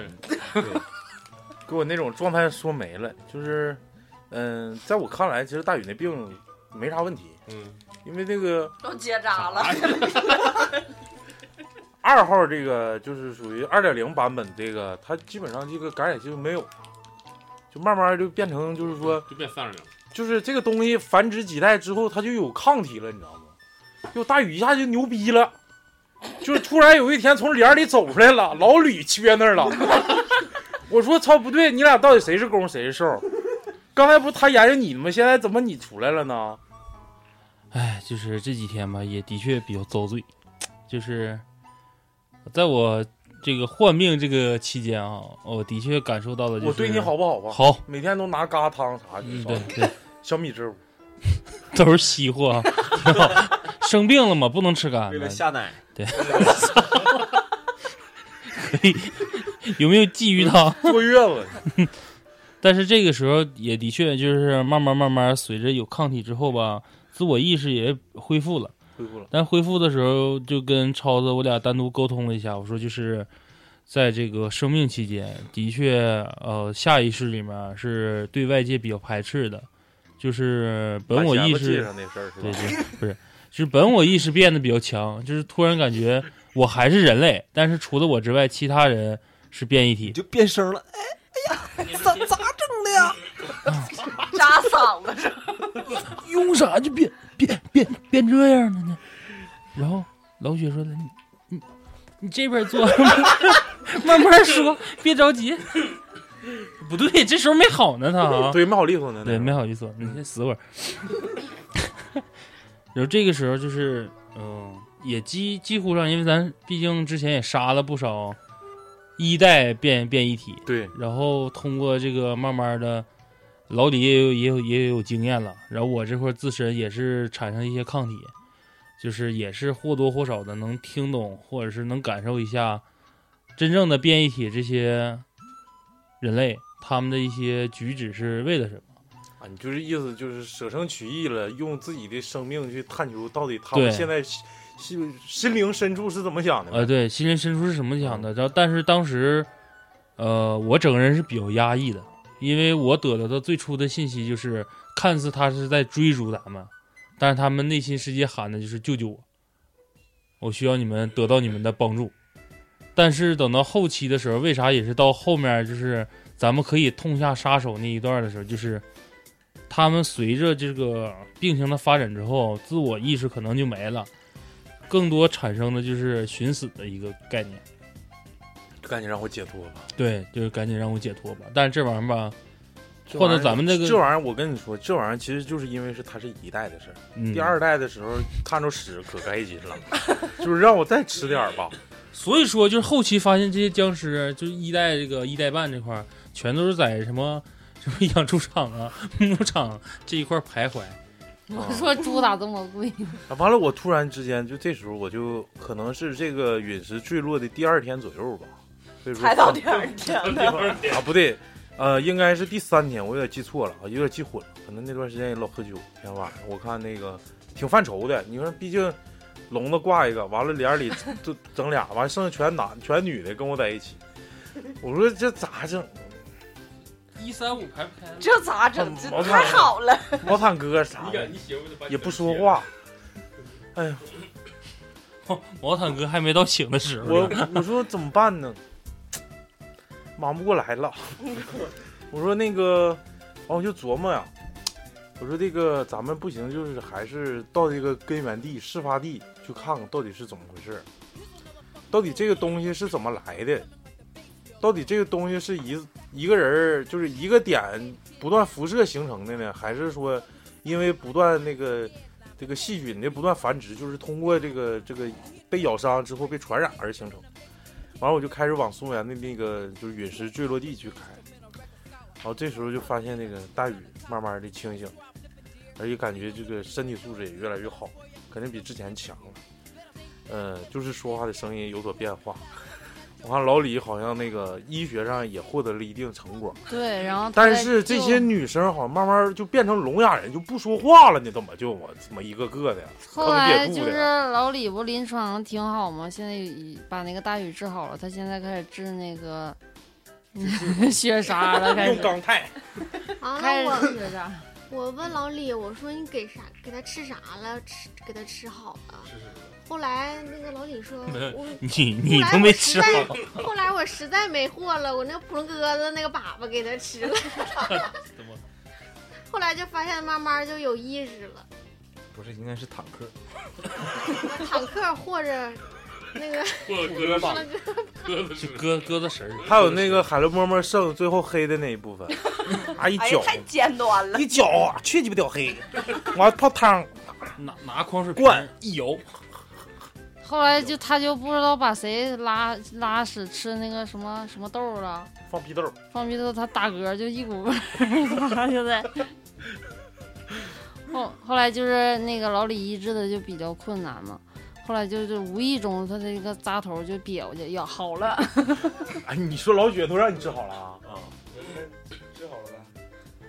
给我那种状态说没了，就是，嗯，在我看来，其实大宇那病没啥问题，嗯，因为那个都结扎了，二号这个就是属于二点零版本，这个它基本上这个感染性没有，就慢慢就变成就是说，就变三十零，就是这个东西繁殖几代之后，它就有抗体了，你知道吗？就大宇一下就牛逼了， 就是突然有一天从帘儿里走出来了，老吕撅那儿了。 我说操，不对，你俩到底谁是攻谁是受？刚才不是他研究你吗？现在怎么你出来了呢？哎，就是这几天吧，也的确比较遭罪，就是在我这个患病这个期间啊，我的确感受到了、就是，我对你好不啊好吧？好，每天都拿疙瘩汤啥的，嗯对对，小米汁儿。都是西货啊。 挺好生病了嘛，不能吃干的。为了下奶对。可以，有没有鲫鱼汤？坐月子。 但是这个时候也的确就是慢慢慢慢，随着有抗体之后吧，自我意识也恢复了。恢复了但恢复的时候就跟超子我俩单独沟通了一下，我说就是在这个生命期间，的确呃下意识里面是对外界比较排斥的，就是本我意把弦子识系上那事儿是吧对对不是，就是本我意识变得比较强，就是突然感觉我还是人类，但是除了我之外，其他人是变异体，就变声了。咋咋整的呀？ 扎嗓子上，用啥就变变变变这样了呢？然后老雪说的，你你你这边坐， 慢慢说，别着急。不对，这时候没好呢，他啊，嗯对，没好利索呢，对，没好利索，你先死会儿。 然后这个时候就是，嗯、也几几乎上，因为咱毕竟之前也杀了不少一代变变异体，对，然后通过这个慢慢的，老李也有也有也有经验了，然后我这块儿自身也是产生一些抗体，就是也是或多或少的能听懂或者是能感受一下真正的变异体这些人类他们的一些举止是为了什么。啊，你就是意思就是舍生取义了，用自己的生命去探究到底他们对现在心心心灵深处是怎么想的呗。呃，对，心灵深处是什么想的？然后，但是当时，呃，我整个人是比较压抑的，因为我得到的最初的信息就是，看似他是在追逐咱们，但是他们内心世界喊的就是救救我，我需要你们得到你们的帮助。但是等到后期的时候，为啥也是到后面就是咱们可以痛下杀手那一段的时候，就是他们随着这个病情的发展之后，自我意识可能就没了，更多产生的就是寻死的一个概念。赶紧让我解脱吧。对，就是赶紧让我解脱吧。但是这玩意儿吧，换到咱们这这个玩意儿，我跟你说，这玩意儿其实就是因为是它是一代的事儿，嗯第二代的时候看着屎可开心了， 就是让我再吃点儿 吧。所以说，就是后期发现这些僵尸，就是一代这个一代半这块儿，全都是在什么什么养猪场啊、 牧场这一块儿徘徊。我说猪咋这么贵？ 啊，完了，我突然之间就这时候我就可能是这个陨石坠落的第二天左右吧，所以说才到第二天呢。啊，不对，呃，应该是第三天，我有点记错了，啊，有点记混了。可能那段时间也老喝酒，天晚上我看那个挺犯愁的。你说，毕竟笼子挂一个，完了帘里就整俩，完剩下全男全女的跟我在一起。我说这咋整？一三五排不开，这咋整？这毛太毯好了，毛毯哥啥你的敢你媳妇就把你也不说话。哎呀，毛毯哥还没到醒的时候我呢，我说怎么办呢？忙不过来了。我说那个，完、我就琢磨呀、我说这个咱们不行，就是还是到这个根源地、事发地去看看到底是怎么回事儿，到底这个东西是怎么来的，到底这个东西是一一个人儿就是一个点不断辐射形成的呢，还是说因为不断那个这个细菌的不断繁殖，就是通过这个这个被咬伤之后被传染而形成？完了，我就开始往松原的那个就是陨石坠落地去开，然后这时候就发现那个大宇慢慢的清醒，而且感觉这个身体素质也越来越好，肯定比之前强了。呃，就是说话的声音有所变化。我看老李好像那个医学上也获得了一定成果，啊对，然后他但在是这救些女生好像慢慢就变成聋哑人，就不说话了呢，怎么就我怎么一个个的坑后瘪来就肚是的？老李不临床挺好吗？现在已把那个大禹治好了，他现在开始治那个 血砂了，开始用钢钛。啊，开那始我学啥？我问老李，我说你给啥给他吃啥了？吃给他吃好了。后来那个老李说，没有我你后你来都我没实吃在好。后来我实在没货了，我那普通鸽子那个粑粑给他吃了。后来就发现慢慢就有意识了，不是，应该是坦克。坦克或者那个或者鸽子或粑者鸽子鸽子是鸽鸽子食儿，还有那个海螺沫沫剩最后黑的那 一部分，啊一哎搅呀，太尖端了！一搅啊，去鸡巴屌 黑，完了泡汤，拿拿矿水灌一摇， 后来就他就不知道把谁拉拉屎吃那个什么什么豆儿了，放屁豆，放屁豆他打嗝就一股味儿，他 就在。后后来就是那个老李医治的就比较困难嘛，后来就是无意中他这个扎头就瘪过去，呀好了。哎，你说老雪都让你治好了啊？啊，治好了呗。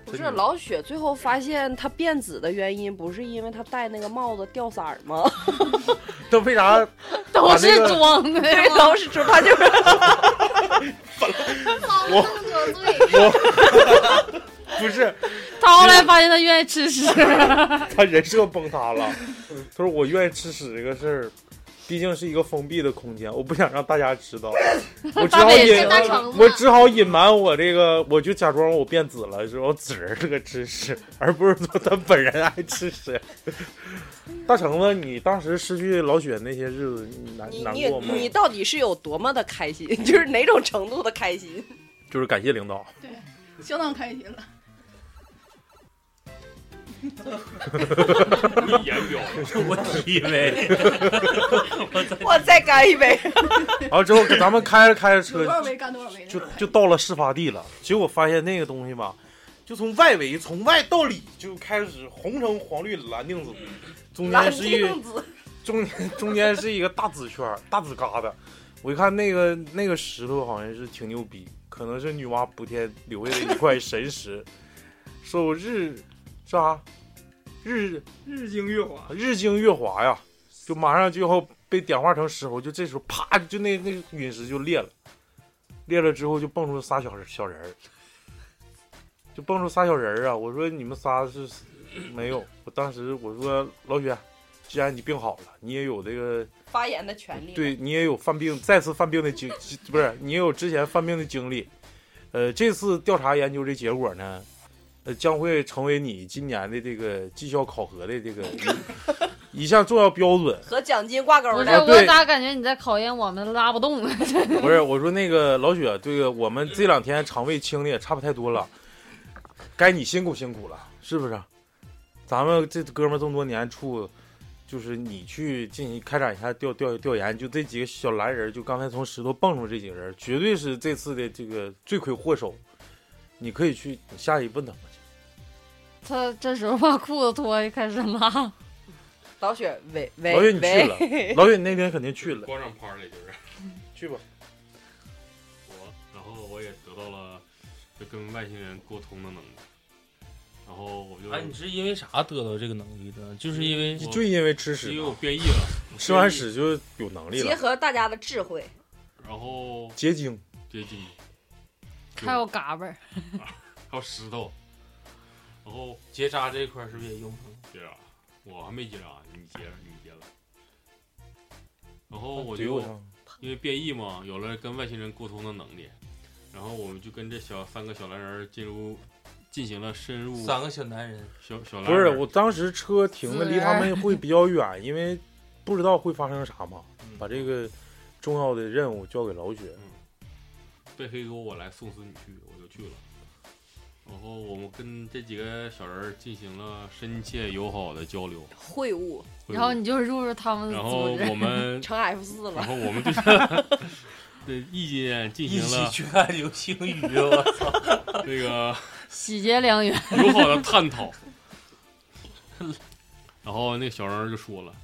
不是老雪最后发现他变紫的原因，不是因为他戴那个帽子掉色儿吗？这为啥？都是装的，对， 都是装，他就是。我我不是，他后来发现他愿意吃屎。他人设崩塌了。他说我愿意吃屎这个事儿，毕竟是一个封闭的空间，我不想让大家知 道，我只大好北隐是大床吗，我只好隐瞒我这个，我就假装我变紫了，说我紫儿这个吃屎，而不是说他本人爱吃屎。大橙子，你当时失去老雪那些日子，你难你难你过吗？你到底是有多么的开心？ 就是哪种程度的开心？就是感谢领导。对， 相当开心 了。一言表， 我提一 杯我再干一杯。然后之后咱们开着开着车有 多少杯干多少杯，就就到了事发地了。结果发现那个东西吧，就从外围从外到里就开始红橙黄绿蓝靛紫，中间是一 蓝靛紫中间中间是一个大紫圈儿大紫疙瘩。我一看那个那个石头好像是挺牛逼，可能是女娲补天留下的一块神石， 受日啥日日精月华，日精月华呀，就马上就要被点化成石头，就这时候啪，就那那个陨石就裂了，裂了之后就蹦出仨小人小人儿，就蹦出仨小人儿啊！我说你们仨是没有，我当时我说老许，既然你病好了，你也有这个发言的权利。对你也有犯病，再次犯病的经， 不是你也有之前犯病的经历。呃，这次调查研究这结果呢，呃，将会成为你今年的这个绩效考核的这个一项重要标准。和奖金挂钩啊不是，的。我咋感觉你在考验我们拉不动了？ 不是，我说那个老雪，这个我们这两天肠胃清的也差不太多了，该你辛苦辛苦了，是不是？咱们这哥们儿这么多年处，就是你去进行开展一下调调调研，就这几个小蓝人儿，就刚才从石头蹦出这几个人儿，绝对是这次的这个罪魁祸首。你可以去，你下去问他们。 他这时候把裤子脱，开始拉。老雪，喂喂老雪你去 了，老雪你那天肯定去了。光上拍了就是。去吧。我，然后我也得到了就跟外星人沟通的能力，然后我就哎你你是是啊因为啥得到这个能力的？就是因为我就因为吃屎因为嘛我变异了，吃完屎就有能力结了，合大家的智慧，然后结晶。结晶，还有嘎巴儿，还有石头，然嗯后结扎这一块是不是也用上了？结扎，我还没结扎，你结了，你结了。然后啊我怼我就上因为变异嘛，有了跟外星人沟通的能力，然后我们就跟这小三个小蓝人儿进入进行了深嗯入三个小男人，小小蓝不是，人儿我当时车停的离他们会比较远，因为不知道会发生啥嘛，嗯把这个重要的任务交给老雪。背黑沟我来送死你去，我就去了。然后我们跟这几个小人儿进行了深切友好的交流，会晤，会然后晤你就入入他们的然后组织。我们成 F 四 了。然后我们对 对意见进行了一起去看流星雨，我操！这个喜结良缘，友好的探讨。然后那个小人儿就说了：“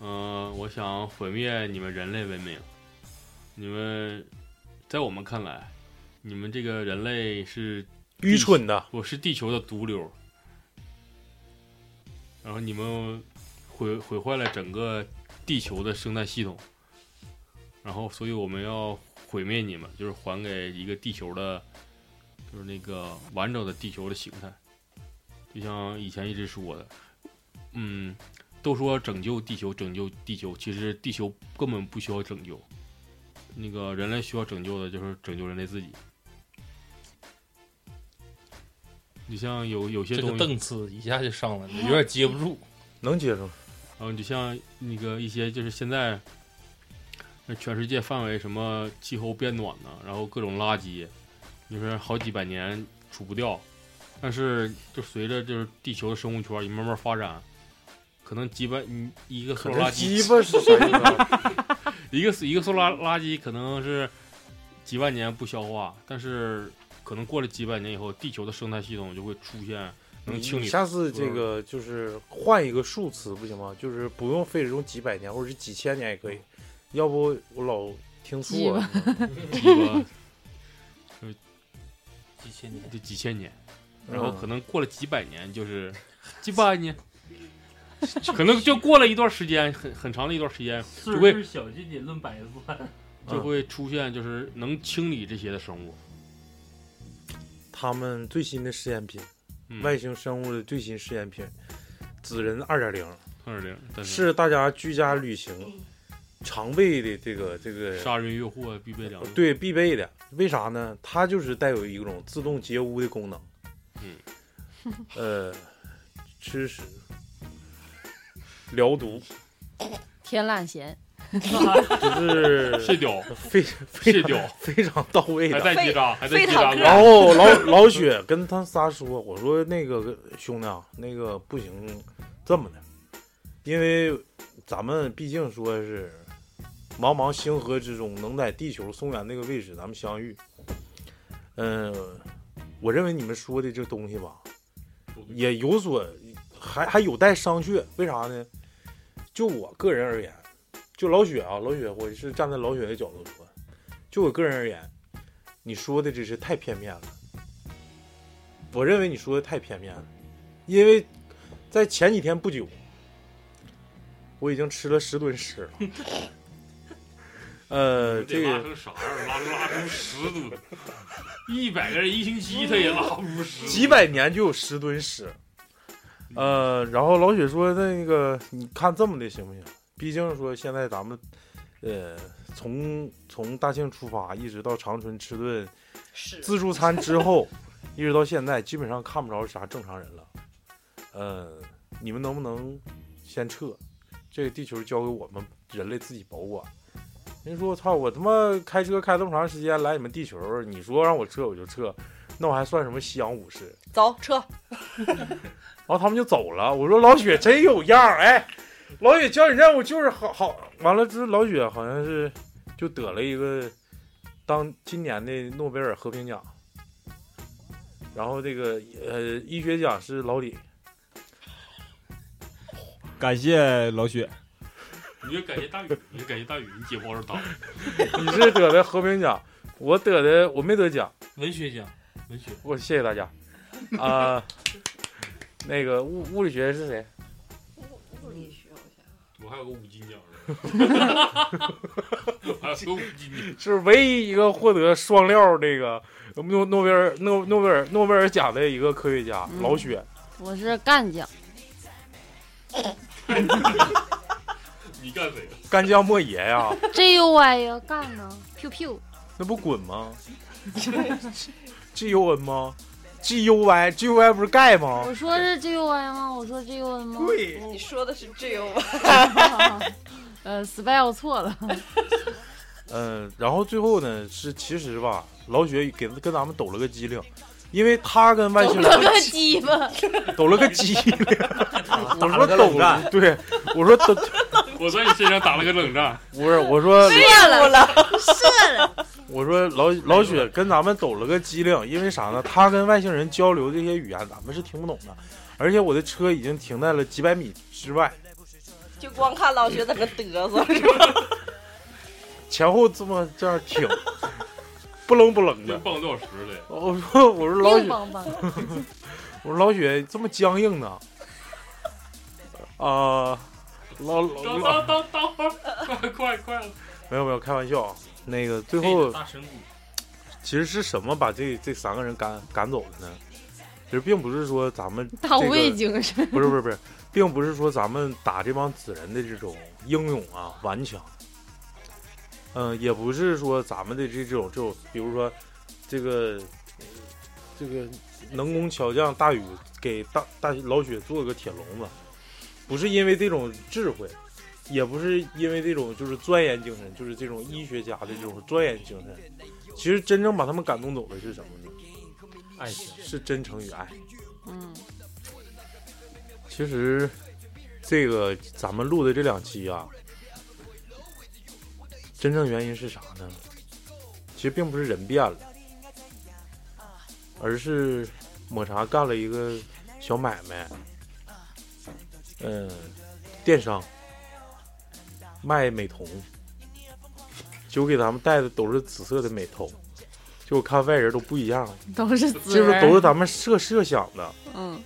嗯、我想毁灭你们人类文明。你们在我们看来，你们这个人类是愚蠢的，我是地球的毒瘤。然后你们毁毁坏了整个地球的生态系统，然后所以我们要毁灭你们，就是还给一个地球的，就是那个完整的地球的形态。就像以前一直说的，嗯，都说拯救地球，拯救地球，其实地球根本不需要拯救，那个人类需要拯救的就是拯救人类自己。你像有有些这东个西，档次一下就上来了，有点接不住。能接受。然后呃你就像那个一些哎就是现在，那全世界范围什么气候变暖呢，然后各种垃圾，就是好几百年除不掉，但是就随着就是地球的生物圈儿也慢慢发展，可能几百你一个塑料垃圾，鸡巴是啥意思啊一个一个塑料垃圾可能是几万年不消化，但是可能过了几百年以后，地球的生态系统就会出现 能你清理。下次这个就是换一个数词不行吗？就是不用非得用几百年或者是几千年也可以，要不我老听啊错了。嗯鸡巴，就几千年，就几千年，嗯然后可能过了几百年，就是 几百年， 可能就过了一段时间，很很长的一段时间，就会小心点论百算，嗯就会出现就是能清理这些的生物。他们最新的试验品，外星生物的最新试验品，紫人二点零，二点零是大家居家旅行常备的这个这个杀人越货必 备良药。对，必备的。为啥呢？它就是带有一种自动截污的功能。嗯，呃，吃屎、 疗毒，天 懒闲，就是是屌非非是哎常屌非常到位的，还在结扎还在结啊扎然后老老雪跟他仨说：“我说那个兄弟啊，那个不行，这么的，因为咱们毕竟说是茫茫星河之中，能在地球松原那个位置咱们相遇。嗯、我认为你们说的这东西吧，也有所还还有待商榷。为啥呢？就我个人而言，就老雪啊，老雪，我是站在老雪的角度说，就我个人而言，你说的真是太片面了。我认为你说的太片面了，因为在前几天不久，我已经吃了十吨屎了。 呃，这得拉个成啥样？拉拉出十吨，一百个人一星期他也拉不出十吨。几百年就有十吨屎。呃，然后老雪说：“那个，你看这么的行不行？毕竟说现在咱们，呃，从从大庆出发，一直到长春吃顿自助餐之后，一直到现在，基本上看不着啥正常人了。呃，你们能不能先撤？这个地球交给我们人类自己保管。”人说：“操，我他妈开车开这么长时间来你们地球，你说让我撤我就撤，那我还算什么西洋武士？”走撤，然后他们就走了。我说老雪真有样儿，哎，老雪教你任务就是好好。完了之后，老雪好像是就得了一个当今年的诺贝尔和平奖，然后这个呃医学奖是老李，感谢老雪， 你就感谢大宇，你就感谢大宇，你解包是打。你是得的和平奖，我得的我没得奖，文学奖，文学。我谢谢大家啊、那个物物理学是谁？物理学，我想我还有个五金奖呢，我 还有个五金奖。是唯一一个获得双料这个诺诺贝尔诺诺贝尔诺贝尔奖的一个科学家、嗯老雪。我是干将，你干谁了？干将莫邪呀、 J U Y 呀，干呢，Q Q，啊那不滚吗？G U N 吗？G U Y G U Y 不是盖吗？我说是 J U Y 吗？我说 J U N 吗？对， 你说的是 J U 吧？ 呃，spell 错了，嗯，然后最后呢是其实吧，老雪给跟咱们抖了个机灵，因为他跟外星人鸡巴， 抖了个机 灵，我了说个抖冷战对，我说抖，我在你身上打了个冷战。不是我说 了了，射了，我说老老雪跟咱们抖了个机灵，因为啥呢？他跟外星人交流这些语言，咱们是听不懂的。而且我的车已经停在了几百米之外，就光看老学在那 嘚瑟是吧？前后这么这样挺， 不楞不楞嗯的硬。蹦多少时了？我说我说 老硬邦邦雪，我说老雪这么僵硬呢？啊、老老等老等等等会儿， 快快快了！没有没有开玩笑啊，那个最后大神鼓，其实是什么把这这三个人赶赶走的呢？其实并不是说咱们、这个、大无畏精神不是不是不是，并不是说咱们打这帮纸人的这种英勇啊、顽强，嗯、也不是说咱们的这这种这种，比如说这个呃这个能工巧匠大禹给大大老雪做个铁笼子，不是因为这种智慧，也不是因为这种就是钻研精神，就是这种医学家的这种钻研精神。其实真正把他们感动走的是什么呢？爱情是真诚与爱。嗯，其实这个咱们录的这两期啊，真正原因是啥呢？其实并不是人变了，而是抹茶干了一个小买卖，嗯、电商卖美瞳，就给咱们带的都是紫色的美瞳，就我看外人都不一样了，都是紫这人不都是咱们设设想的，嗯，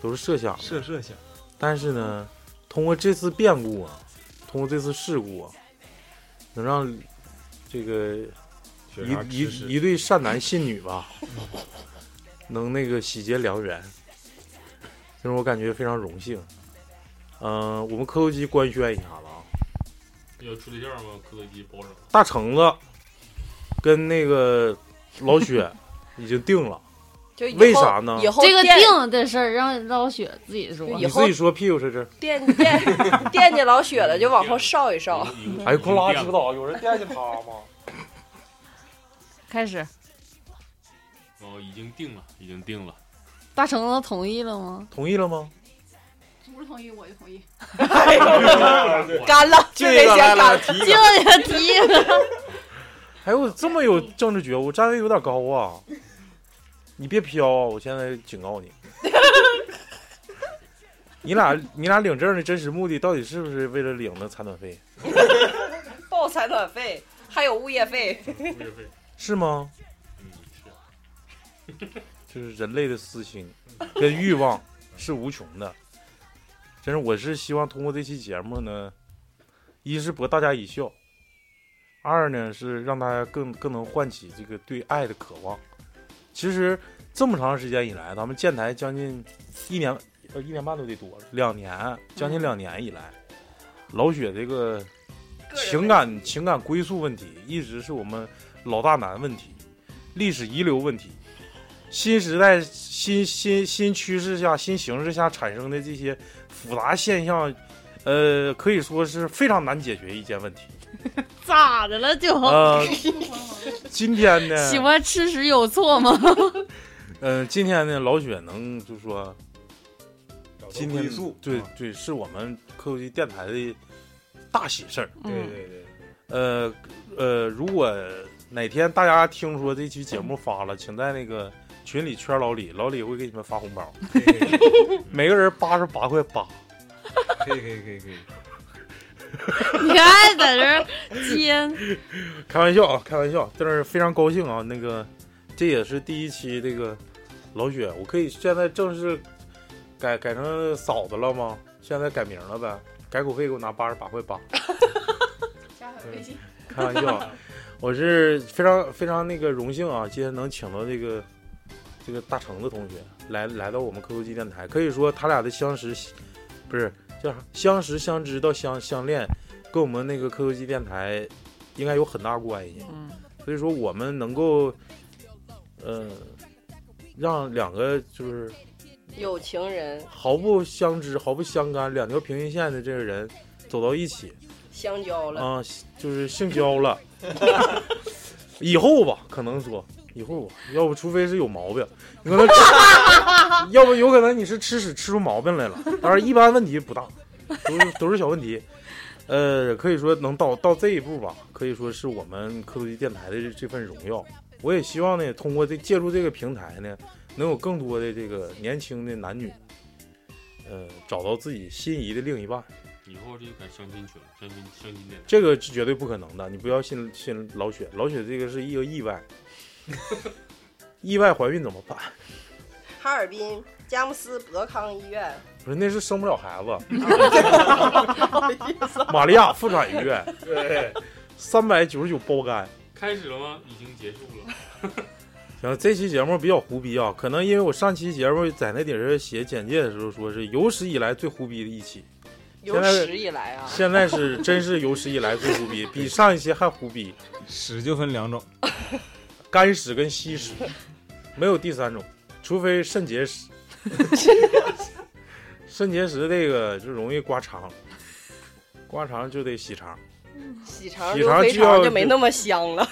都是设想的。设设想。但是呢，通过这次变故啊，通过这次事故啊，能让这个雪一儿吃屎一一对善男信 女吧，能那个喜结良缘，呃就是我感觉非常荣幸。嗯、我们磕头机官宣一下子啊，要处对象吗？磕头机包上。大橙子跟那个老雪 已经定了，就以后为啥呢？以后这个店定的事儿让老雪自己说。你自己说屁股是这儿，惦惦惦记老雪了，就往后稍一稍。 哎，库拉指导，有人惦记他吗？开始，哦，已经定了，已经定了。大橙子同意了 吗？同意了吗？不是同意我就同意。 啊干了，就哎这些干了就 得提。哎呦，这么有政治觉悟，站位有点高啊！你别飘啊！我现在警告 你，你俩你俩领证的真实目的到底是不是为了领那采暖费？报采暖费，还有物业费。是吗？嗯就是 人类的私心跟欲望是无穷的。真是，我是希望通过这期节目呢，一是博大家一笑，二呢是让大家更更能唤起这个对爱的渴望。其实这么长时间以来，咱们建台将近一年，呃，一年半都得多了，两年，将近两年以来，老雪这个情感情感归宿问题，一直是我们老大难问题，历史遗留问题，新时代新新新趋势下新形势下产生的这些复杂现象，呃，可以说是非常难解决一件问 题。咋的了就？呃今天呢，哦喜欢吃屎有错 吗？嗯，今天呢，老雪能就说，今天归宿啊对对，是我们科技电台的大喜事儿。对对对，呃呃，如果哪天大家听说这期节目发了，请在那个群里圈老李，老李会给你们发红包， 每个人八十八块八。可以可以可以可以，你还在这儿接？开玩笑啊，开玩笑，但是非常高兴啊。那个，这也是第一期这个老雪，我可以现在正式改改成嫂子了吗？现在改名了呗？改口费给我拿八十八块八。加他微信。开玩笑，我是非常非常那个荣幸啊，今天能请到这个这个大橙子同学来来到我们科科机电台，可以说他俩的相识不是叫啥相识相知到相相恋，跟我们那个科科机电台应该有很大关系。嗯，所以说我们能够呃让两个就是有情人毫不相知、毫不相干、两条平行线的这个人走到一起，相交了，啊、就是性交了。 以后吧，可能说以后吧，要不除非是有毛病，你可能吃 要不有可能你是吃屎吃出毛病来了。当然，一般问题不大，都是都是小问题。呃，可以说能到到这一步吧，可以说是我们科技电台的这这份荣耀。我也希望呢，通过这借助这个平台呢，能有更多的这个年轻的男女，呃，找到自己心仪的另一半。以后就改相亲群，相亲相亲电台。这个是绝对不可能的，你不要信信老雪，老雪这个是一个意外， 意外怀孕怎么办？哈尔滨佳木斯博康医院。不是，那是生不了孩子。玛利亚妇产医院，对，三百九十九包干。开始了吗？已经结束了。行，这期节目比较胡逼啊，可能因为我上期节目在那底下写简介的时候说是有史以来最胡逼的一期，有现在史以来啊现在是真是有史以来最胡 逼，比上一期还胡逼。屎就分两种，干屎跟稀屎，没有第三种，除非肾结 石。肾结石这个就容易刮肠，刮肠就得洗肠。喜肠喜溜肠肥就要肠就没那么香了。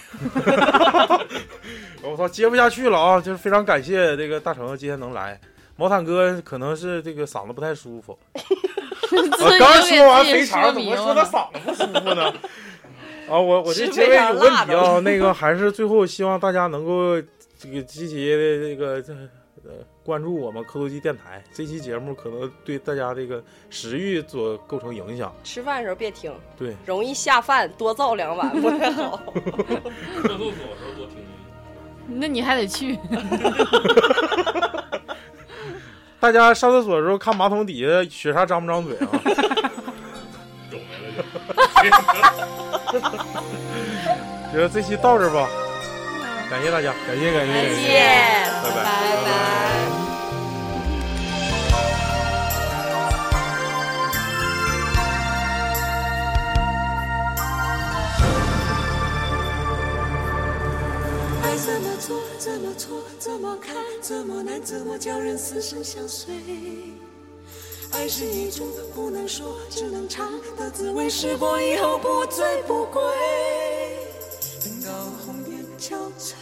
我操，接不下去了啊！就是非常感谢这个大成今天能来，毛坦哥可能是这个嗓子不太舒服。 我刚说完肥肠，怎么说他嗓子不舒服呢？ 啊，我我这是结非尾常有问辣题的 啊，那个还是最后希望大家能够这个积极的这个这呃关注我们科多机电台，这期节目可能对大家这个食欲所构成影响。吃饭的时候别听，对，容易下饭，多造两碗不太 上好。厕所的时候多听听。那你还得去。大家上厕所的时候看马桶底下雪莎张不张嘴啊？ 觉得这期到这儿吧，感谢大家，感谢感谢，感谢感谢嗯拜拜。拜拜啊！怎么做，怎么错，怎么看，怎么难，怎么叫人死生相随？爱是一种不能说，只能尝的滋味，试过以后不醉不归。等到红颜憔悴，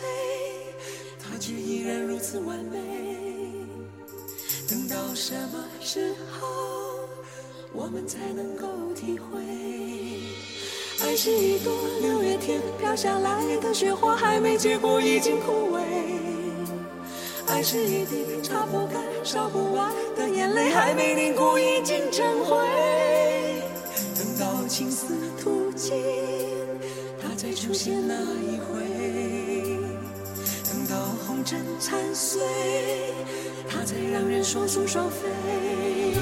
它却依然如此完美。等到什么时候，我们才能够体会？爱是一朵六月天飘下来的雪花，还没结果已经枯萎。爱是一滴擦不干、烧不完的眼泪，还没凝固已经成灰。等到情丝吐尽，它再出现那一回。等到红尘残碎，它才让人双宿双飞。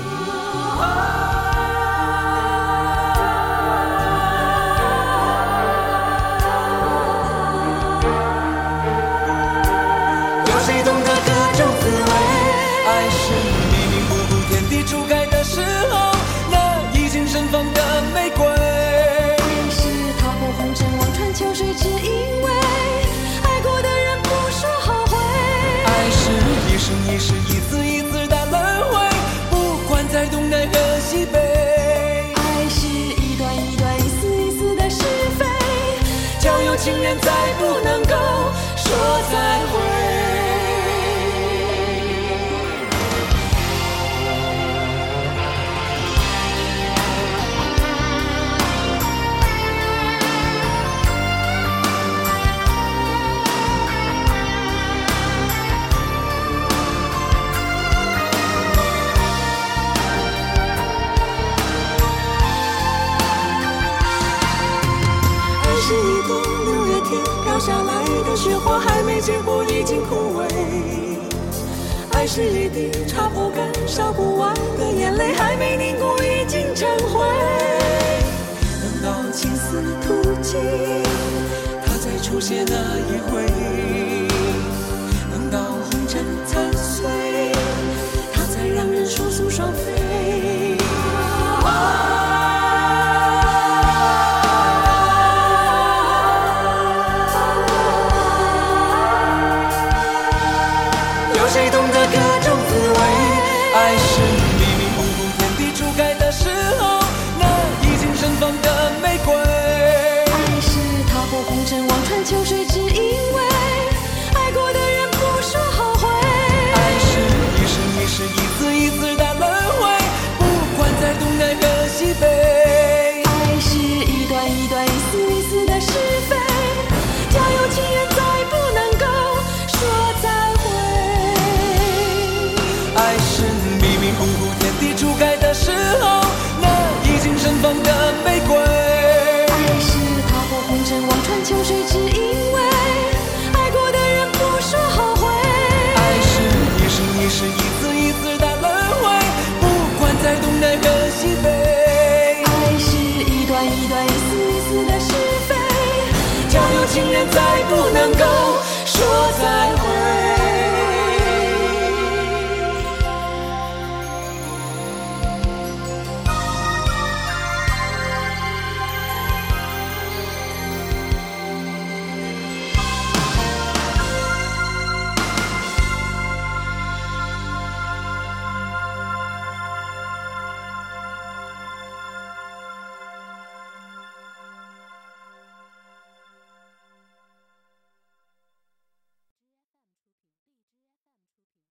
有谁懂得各种滋味？爱是你凝固不天地初开的时候，那已经盛放的玫瑰。爱是踏破红尘望穿秋水，只因为爱过的人不说后悔。爱是一生一世一次一次的轮回，不管在东南和西北。爱是一段一段一丝一丝的是非，交有情人再不能够说再会。爱是一朵六月天飘下来的雪花，还没结果已经枯萎。爱是一滴擦不干、烧不完的眼泪，还没凝固已经成灰。等到情丝吐尽，它再出现那一回。等到红尘残碎，它才让人双宿双飞。有谁懂得各种滋味？爱是迷迷糊糊天地初开的时候，那已经盛放的玫瑰。爱是踏破红尘望穿秋水，只因为爱过的人不说后悔。爱是一生一世一次一次的轮回，不管在东南和西北。爱是一段一段一丝一丝的是非，交有情人再不能够说再会。爱是迷迷糊糊天地初开的时候，那已经盛放的玫瑰。爱是踏破红尘望穿秋水，只因为爱过的人不说后悔。爱是一生一世一次一次的轮回，不管在东南和西北。爱是一段一段一丝一丝的是非，交有情人再不能够说再会。